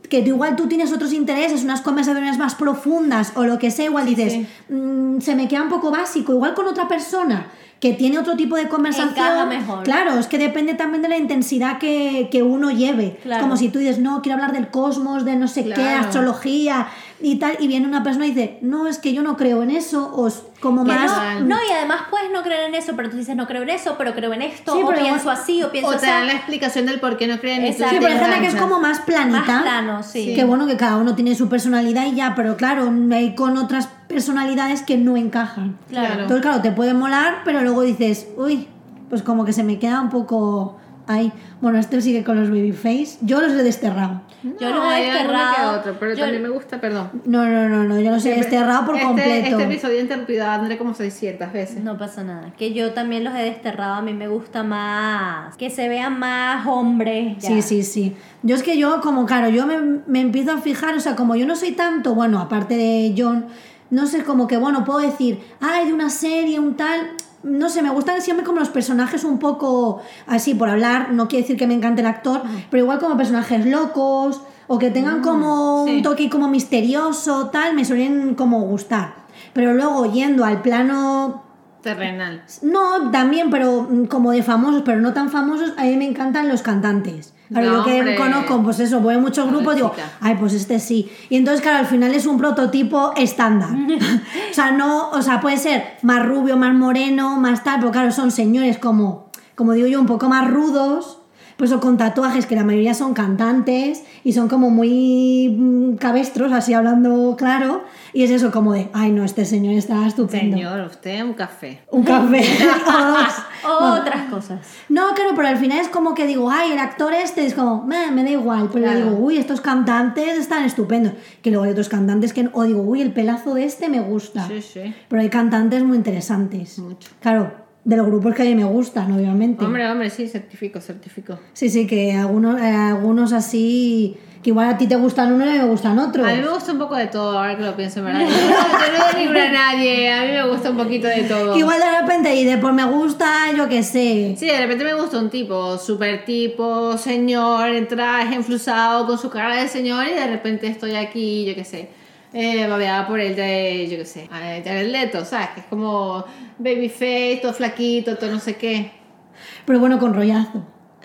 Speaker 1: que tú igual tú tienes otros intereses, unas conversaciones más profundas o lo que sea, igual dices,
Speaker 2: sí.
Speaker 1: "Mm, se me queda un poco básico. Igual con otra persona que tiene otro tipo de conversación.
Speaker 3: Encaja mejor.
Speaker 1: Claro, es que depende también de la intensidad que, que uno lleve.
Speaker 3: Claro.
Speaker 1: Como si tú dices, no, quiero hablar del cosmos, de no sé qué,
Speaker 2: Claro.
Speaker 1: astrología, y tal, y viene una persona y dice, no, es que yo no creo en eso, o es como
Speaker 3: Que
Speaker 1: más...
Speaker 3: no, no, y además puedes no creer en eso, pero tú dices no creo en eso, pero creo en esto,
Speaker 1: Sí,
Speaker 3: o
Speaker 1: pero
Speaker 3: pienso
Speaker 1: igual-
Speaker 3: así, o pienso
Speaker 2: O
Speaker 3: así.
Speaker 2: te dan la explicación del por qué no creen y tú
Speaker 3: Exacto.
Speaker 1: Sí,
Speaker 2: te
Speaker 1: pero hay gente que es
Speaker 2: enganchas.
Speaker 1: como más planita.
Speaker 3: Más plano, sí.
Speaker 1: Que bueno, que cada uno tiene su personalidad y ya, pero claro, hay con otras personalidades que no encajan.
Speaker 3: Claro.
Speaker 1: Entonces, claro, te puede molar, pero luego dices, uy, pues como que se me queda un poco ahí. Bueno, este sigue con los babyface. Yo los he desterrado.
Speaker 3: Yo
Speaker 2: No,
Speaker 3: los he
Speaker 2: hay alguno que
Speaker 3: desterrado.
Speaker 2: otro, pero
Speaker 3: Yo-
Speaker 2: también me gusta, perdón.
Speaker 1: No, no, no, no, yo los he desterrado por
Speaker 2: Este-
Speaker 1: completo.
Speaker 2: Este episodio he interrumpido a André como 600 veces.
Speaker 3: No pasa nada. Que yo también los he desterrado. A mí me gusta más. Que se vean más hombres. ya.
Speaker 1: Sí, sí, sí. Yo es que yo, como claro, yo me, me empiezo a fijar, o sea, como yo no soy tanto, bueno, aparte de John, no sé, como que, bueno, puedo decir, ay, de una serie, un tal, no sé, me gustan siempre como los personajes un poco así, por hablar, no quiere decir que me encante el actor, pero igual como personajes locos, o que tengan como
Speaker 2: sí.
Speaker 1: un toque como misterioso, tal, me suelen como gustar. Pero luego yendo al plano
Speaker 2: Terrenal.
Speaker 1: no, también, pero mm, como de famosos, pero no tan famosos, a mí me encantan los cantantes. Claro,
Speaker 2: No,
Speaker 1: yo que
Speaker 2: hombre.
Speaker 1: conozco, pues eso, voy a muchos
Speaker 2: Joder,
Speaker 1: grupos, digo,
Speaker 2: chica.
Speaker 1: ay, pues este sí. Y entonces, claro, al final es un prototipo estándar. o sea, no, o sea, puede ser más rubio, más moreno, más tal, pero claro, son señores como, como digo yo, un poco más rudos. Pues o con tatuajes, que la mayoría son cantantes y son como muy mm, cabestros, así hablando claro. Y es eso, como de, ay, no, este señor está estupendo.
Speaker 2: Señor, usted un café.
Speaker 1: Un café o dos.
Speaker 3: Otras cosas.
Speaker 1: No, claro, pero al final es como que digo, ay, el actor este es como, "Meh, me da igual, pero
Speaker 2: Claro.
Speaker 1: digo, uy, estos cantantes están estupendos. Que luego hay otros cantantes que, o digo, uy, el pelazo de este me gusta.
Speaker 2: Sí, sí.
Speaker 1: Pero hay cantantes muy interesantes.
Speaker 2: Mucho.
Speaker 1: Claro, de los grupos que a mí me gustan, obviamente.
Speaker 2: Hombre, hombre, sí, certifico, certifico.
Speaker 1: Sí, sí, que algunos, eh, algunos así, que igual a ti te gustan unos y me gustan otros.
Speaker 2: A mí me gusta un poco de todo, ahora que lo pienso en verdad. Yo no denigro a nadie, a mí me gusta un poquito de todo.
Speaker 1: Que Igual de repente y de por me gusta, yo qué sé.
Speaker 2: Sí, de repente me gusta un tipo, super tipo, señor, en traje, enflusado, con su cara de señor, y de repente estoy aquí, yo qué sé, eh, babeada por el de, yo qué sé, eh, Jared Leto, ¿sabes? Que es como babyface, todo flaquito, todo no sé qué.
Speaker 1: Pero bueno, con rollazo.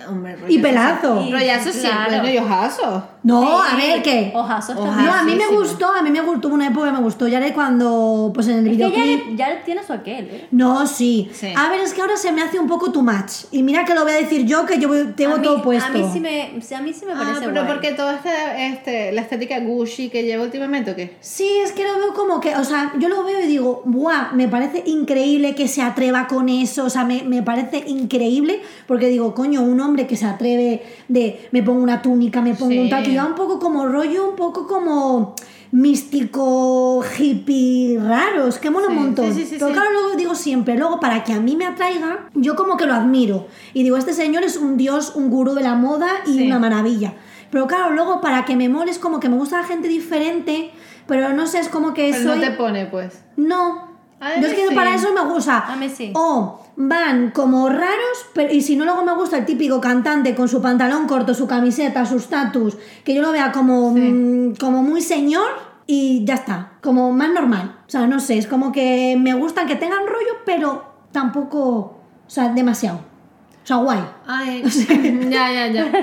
Speaker 2: Hombre, rollazo
Speaker 1: Y pelazo.
Speaker 2: sí. Rollazo
Speaker 3: Sí,
Speaker 2: siempre,
Speaker 3: claro.
Speaker 2: no y ojazo.
Speaker 1: No,
Speaker 3: Sí,
Speaker 1: a ver, ¿qué?
Speaker 3: Ojazos
Speaker 2: Oja-
Speaker 3: también.
Speaker 1: No, a mí me
Speaker 2: Hartísimo.
Speaker 1: gustó, a mí me gustó, hubo una época que me gustó, ya era cuando, pues en el
Speaker 3: Es que
Speaker 1: videoclip...
Speaker 3: ya, ya tiene su aquel, ¿eh?
Speaker 1: No, sí.
Speaker 2: Sí.
Speaker 1: A ver, es que ahora se me hace un poco too much. Y mira que lo voy a decir yo, que yo voy- tengo
Speaker 3: a mí,
Speaker 1: todo puesto.
Speaker 3: A mí sí me, sí, a mí sí me
Speaker 2: Ah,
Speaker 3: parece
Speaker 2: pero
Speaker 3: guay.
Speaker 2: porque toda esta, este, la estética Gucci que lleva últimamente, ¿o qué?
Speaker 1: Sí, es que lo veo como que, o sea, yo lo veo y digo, ¡buah! Me parece increíble que se atreva con eso, o sea, me, me parece increíble, porque digo, coño, un hombre que se atreve de, me pongo una túnica, me pongo
Speaker 2: Sí.
Speaker 1: un tatu, ya un poco como rollo, un poco como místico, hippie, raro, es que mola un
Speaker 2: Sí,
Speaker 1: montón.
Speaker 2: sí, sí, sí,
Speaker 1: Pero
Speaker 2: sí.
Speaker 1: claro, luego digo siempre, luego para que a mí me atraiga, yo como que lo admiro, y digo, este señor es un dios, un gurú de la moda y
Speaker 2: Sí.
Speaker 1: una maravilla. Pero claro, luego para que me mole es como que me gusta la gente diferente, pero no sé, es como que
Speaker 2: Pero
Speaker 1: soy...
Speaker 2: no te pone, pues.
Speaker 1: No.
Speaker 2: A
Speaker 1: Yo
Speaker 2: mí
Speaker 1: es que
Speaker 2: sí.
Speaker 1: para eso me gusta.
Speaker 3: A mí sí.
Speaker 1: O van como raros, pero, y si no, luego me gusta el típico cantante con su pantalón corto, su camiseta, sus tatus, que yo lo vea como,
Speaker 2: Sí.
Speaker 1: mm, como muy señor y ya está, como más normal. O sea, no sé, es como que me gustan que tengan rollo, pero tampoco, o sea, demasiado. O sea, guay.
Speaker 2: Ay, ya, ya, ya. No,
Speaker 1: Por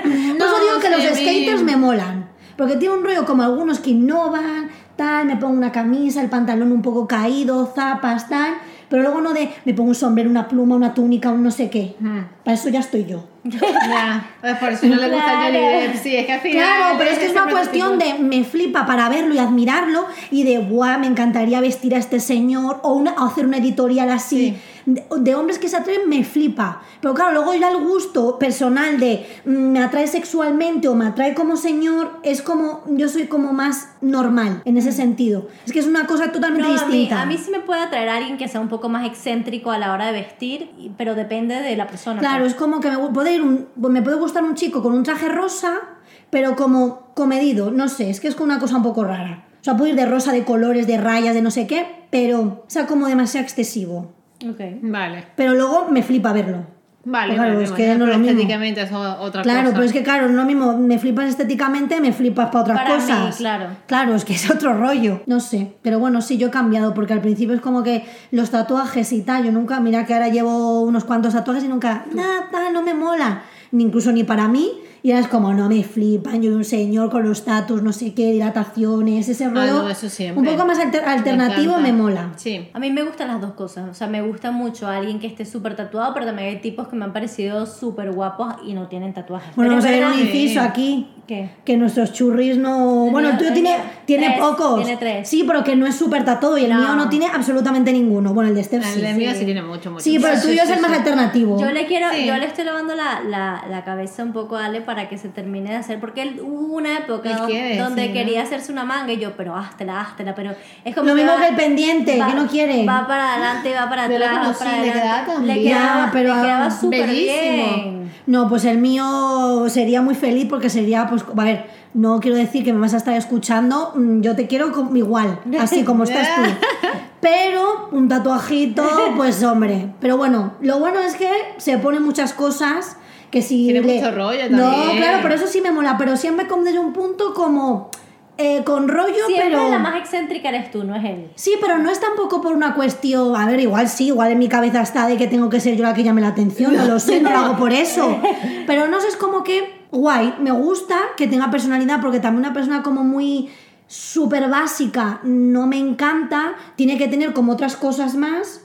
Speaker 1: eso digo que
Speaker 2: sí,
Speaker 1: los
Speaker 2: a mí-
Speaker 1: skaters me molan. Porque tiene un rollo como algunos que innovan, tal, me pongo una camisa, el pantalón un poco caído, zapas, tal. Pero luego no de me pongo un sombrero, una pluma, una túnica, un no sé qué.
Speaker 2: Ujú.
Speaker 1: Para eso ya estoy yo.
Speaker 2: Ya, pues por eso no le gusta
Speaker 3: Claro.
Speaker 2: Johnny Depp. Sí, es que al final.
Speaker 1: Claro, pero es que
Speaker 3: este
Speaker 1: es una
Speaker 2: siempre
Speaker 1: cuestión de me flipa para verlo y admirarlo y de guau, me encantaría vestir a este señor o, una- o hacer una editorial así. De, de hombres que se atreven me flipa. Pero claro, luego ya el gusto personal de mm, me atrae sexualmente o me atrae como señor es como yo soy como más normal en ese sentido. Es que es una cosa totalmente
Speaker 3: Mm. No, a mí,
Speaker 1: distinta.
Speaker 3: a mí sí me puede atraer a alguien que sea un poco más excéntrico a la hora de vestir, y- pero depende de la persona.
Speaker 1: Claro,
Speaker 3: pues.
Speaker 1: es como que me gu- puede, ir un- me puede gustar un chico con un traje rosa, pero como comedido, no sé, es que es como una cosa un poco rara. O sea, puede ir de rosa, de colores, de rayas, de no sé qué, pero, o sea, como demasiado excesivo.
Speaker 3: Ok.
Speaker 2: Vale.
Speaker 1: Pero luego me flipa verlo.
Speaker 2: Vale,
Speaker 1: Claro,
Speaker 2: vale,
Speaker 1: es
Speaker 2: vale,
Speaker 1: que no
Speaker 2: pero
Speaker 1: es lo mismo.
Speaker 2: estéticamente es o- otra
Speaker 1: Claro,
Speaker 2: cosa.
Speaker 1: pero es que claro, no lo mismo, me flipas estéticamente, me flipas para otras
Speaker 3: Para mí,
Speaker 1: cosas.
Speaker 3: claro.
Speaker 1: Claro, es que es otro rollo. No sé, pero bueno, sí, yo he cambiado porque al principio es como que los tatuajes y tal, yo nunca, mira que ahora llevo unos cuantos tatuajes y nunca, nada, tal, no me mola, ni incluso ni para mí. Y ahora es como, no me flipan, yo soy un señor con los tatus, no sé qué, dilataciones, ese rollo.
Speaker 2: no, eso siempre.
Speaker 1: Un poco más alter- alternativo me,
Speaker 2: encanta.
Speaker 1: mola.
Speaker 2: Sí.
Speaker 3: A mí me gustan las dos cosas. O sea, me gusta mucho alguien que esté súper tatuado, pero también hay tipos que me han parecido súper guapos y no tienen tatuajes.
Speaker 1: Bueno,
Speaker 3: Pero
Speaker 1: vamos a
Speaker 3: es
Speaker 1: ver un
Speaker 3: verdad-
Speaker 2: sí.
Speaker 1: inciso aquí.
Speaker 3: ¿Qué?
Speaker 1: que nuestros churris no.
Speaker 3: El
Speaker 1: bueno,
Speaker 3: mío-
Speaker 1: el tuyo
Speaker 3: el
Speaker 1: tiene,
Speaker 3: mío,
Speaker 1: tiene
Speaker 3: tres,
Speaker 1: pocos.
Speaker 3: tiene tres.
Speaker 1: Sí, pero que no es súper tatuado y el
Speaker 3: No.
Speaker 1: mío no tiene absolutamente ninguno. Bueno, el de Steph
Speaker 2: El
Speaker 1: sí.
Speaker 2: de mío sí tiene mucho, mucho.
Speaker 1: Sí, pero el
Speaker 2: mucho.
Speaker 1: tuyo es el
Speaker 2: sí,
Speaker 1: más
Speaker 2: sí.
Speaker 1: alternativo.
Speaker 3: Yo le quiero,
Speaker 2: Sí.
Speaker 3: yo le estoy lavando la, la, la cabeza un poco a Ale para que se termine de hacer, porque él- hubo una época
Speaker 2: Él
Speaker 3: don-
Speaker 2: quiere,
Speaker 3: donde
Speaker 2: sí, ¿no?
Speaker 3: quería hacerse una manga y yo, pero háztela, háztela, pero es como
Speaker 1: Lo mismo
Speaker 3: va-
Speaker 1: que el pendiente,
Speaker 3: va-
Speaker 1: que no quiere.
Speaker 3: Va para adelante, va para
Speaker 2: Yo lo
Speaker 3: atrás, va
Speaker 2: conocí,
Speaker 3: para
Speaker 2: le
Speaker 3: adelante.
Speaker 2: quedaba tan bien.
Speaker 3: quedaba,
Speaker 1: Ya, pero
Speaker 3: le quedaba
Speaker 1: ah,
Speaker 3: súper
Speaker 2: bellísimo.
Speaker 3: bien.
Speaker 1: No, pues el mío sería muy feliz porque sería, pues, a ver, no quiero decir que me vas a estar escuchando, mm, yo te quiero como- igual, así como estás tú. Pero un tatuajito, pues hombre. Pero bueno, lo bueno es que se ponen muchas cosas que si...
Speaker 2: Tiene mucho rollo
Speaker 1: No,
Speaker 2: también.
Speaker 1: claro, pero eso sí me mola, pero siempre con desde un punto como... eh, con rollo,
Speaker 3: Siempre
Speaker 1: pero...
Speaker 3: la más excéntrica eres tú, no es él.
Speaker 1: Sí, pero no es tampoco por una cuestión. A ver, igual sí, igual en mi cabeza está de que tengo que ser yo la que llame la atención, no lo sé, no lo hago por eso. Pero no sé, es como que guay, me gusta que tenga personalidad, porque también una persona como muy súper básica no me encanta, tiene que tener como otras cosas más.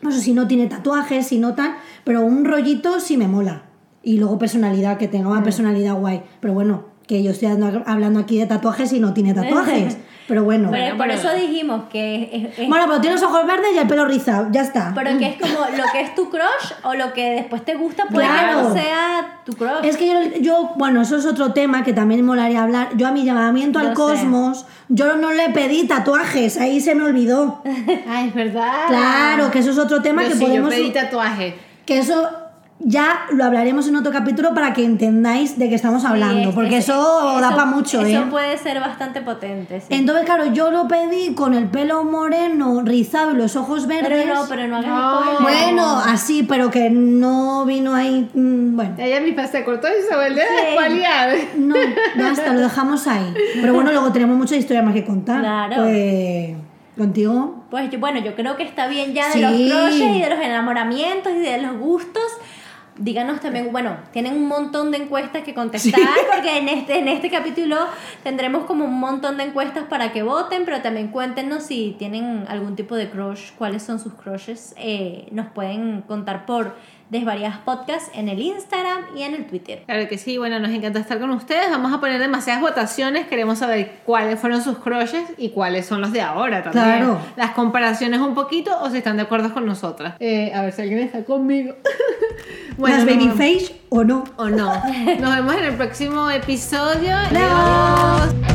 Speaker 1: No sé si no tiene tatuajes, si no tal, pero un rollito sí me mola. Y luego personalidad, que tenga una personalidad guay. Pero bueno, que yo estoy dando- hablando aquí de tatuajes y no tiene tatuajes. Pero bueno.
Speaker 3: Pero por
Speaker 2: pero-
Speaker 3: eso dijimos que es- es-
Speaker 1: Bueno, pero tiene los ojos verdes y el pelo rizado, ya está.
Speaker 3: Eh. pero que es como lo que es tu crush o lo que después te gusta puede que
Speaker 1: Claro.
Speaker 3: no sea tu crush.
Speaker 1: Es que yo, yo, bueno, eso es otro tema que también molaría hablar. Yo a mi llamamiento al
Speaker 3: Lo sé.
Speaker 1: cosmos, yo no le pedí tatuajes, ahí se me olvidó.
Speaker 3: Ah.
Speaker 2: Ay, es verdad.
Speaker 1: Claro, que eso es otro tema
Speaker 2: Yo
Speaker 1: que
Speaker 2: sí,
Speaker 1: podemos...
Speaker 2: Yo pedí tatuaje.
Speaker 1: Que eso ya lo hablaremos en otro capítulo para que entendáis de qué estamos hablando,
Speaker 3: Sí, es-
Speaker 1: porque
Speaker 3: es-
Speaker 1: eso, da
Speaker 3: eso-
Speaker 1: para mucho, ¿eh?
Speaker 3: Eso puede ser bastante potente, sí.
Speaker 1: Entonces, claro, yo lo pedí con el pelo moreno, rizado y los ojos verdes.
Speaker 3: pero no, pero no
Speaker 2: No.
Speaker 3: hagas spoiler.
Speaker 1: Bueno, así, pero que no vino ahí... mm, Bueno.
Speaker 2: Ella misma se cortó y se
Speaker 3: Sí.
Speaker 2: volvió a descualiar.
Speaker 1: No, basta, lo dejamos ahí. Pero bueno, luego tenemos muchas historias más que contar.
Speaker 3: Claro.
Speaker 1: Pues, contigo.
Speaker 3: Pues yo- bueno, yo creo que está bien ya de
Speaker 1: Sí.
Speaker 3: los crushes y de los enamoramientos y de los gustos. Díganos también, bueno, tienen un montón de encuestas que contestar, porque en este, en este capítulo tendremos como un montón de encuestas para que voten, pero también cuéntenos si tienen algún tipo de crush, cuáles son sus crushes. Eh, nos pueden contar por Desvariadas Podcast en el Instagram y en el Twitter.
Speaker 2: Claro que sí, bueno, nos encanta estar con ustedes. Vamos a poner demasiadas votaciones. Queremos saber cuáles fueron sus crushes y cuáles son los de ahora también.
Speaker 1: Claro.
Speaker 2: Las comparaciones un poquito o si están de acuerdo con nosotras. Eh, a ver si alguien está conmigo.
Speaker 1: ¿Las
Speaker 2: nos
Speaker 1: babyface o no?
Speaker 2: vemos- O no. Nos vemos en el próximo episodio.
Speaker 1: Adiós.
Speaker 2: Adiós.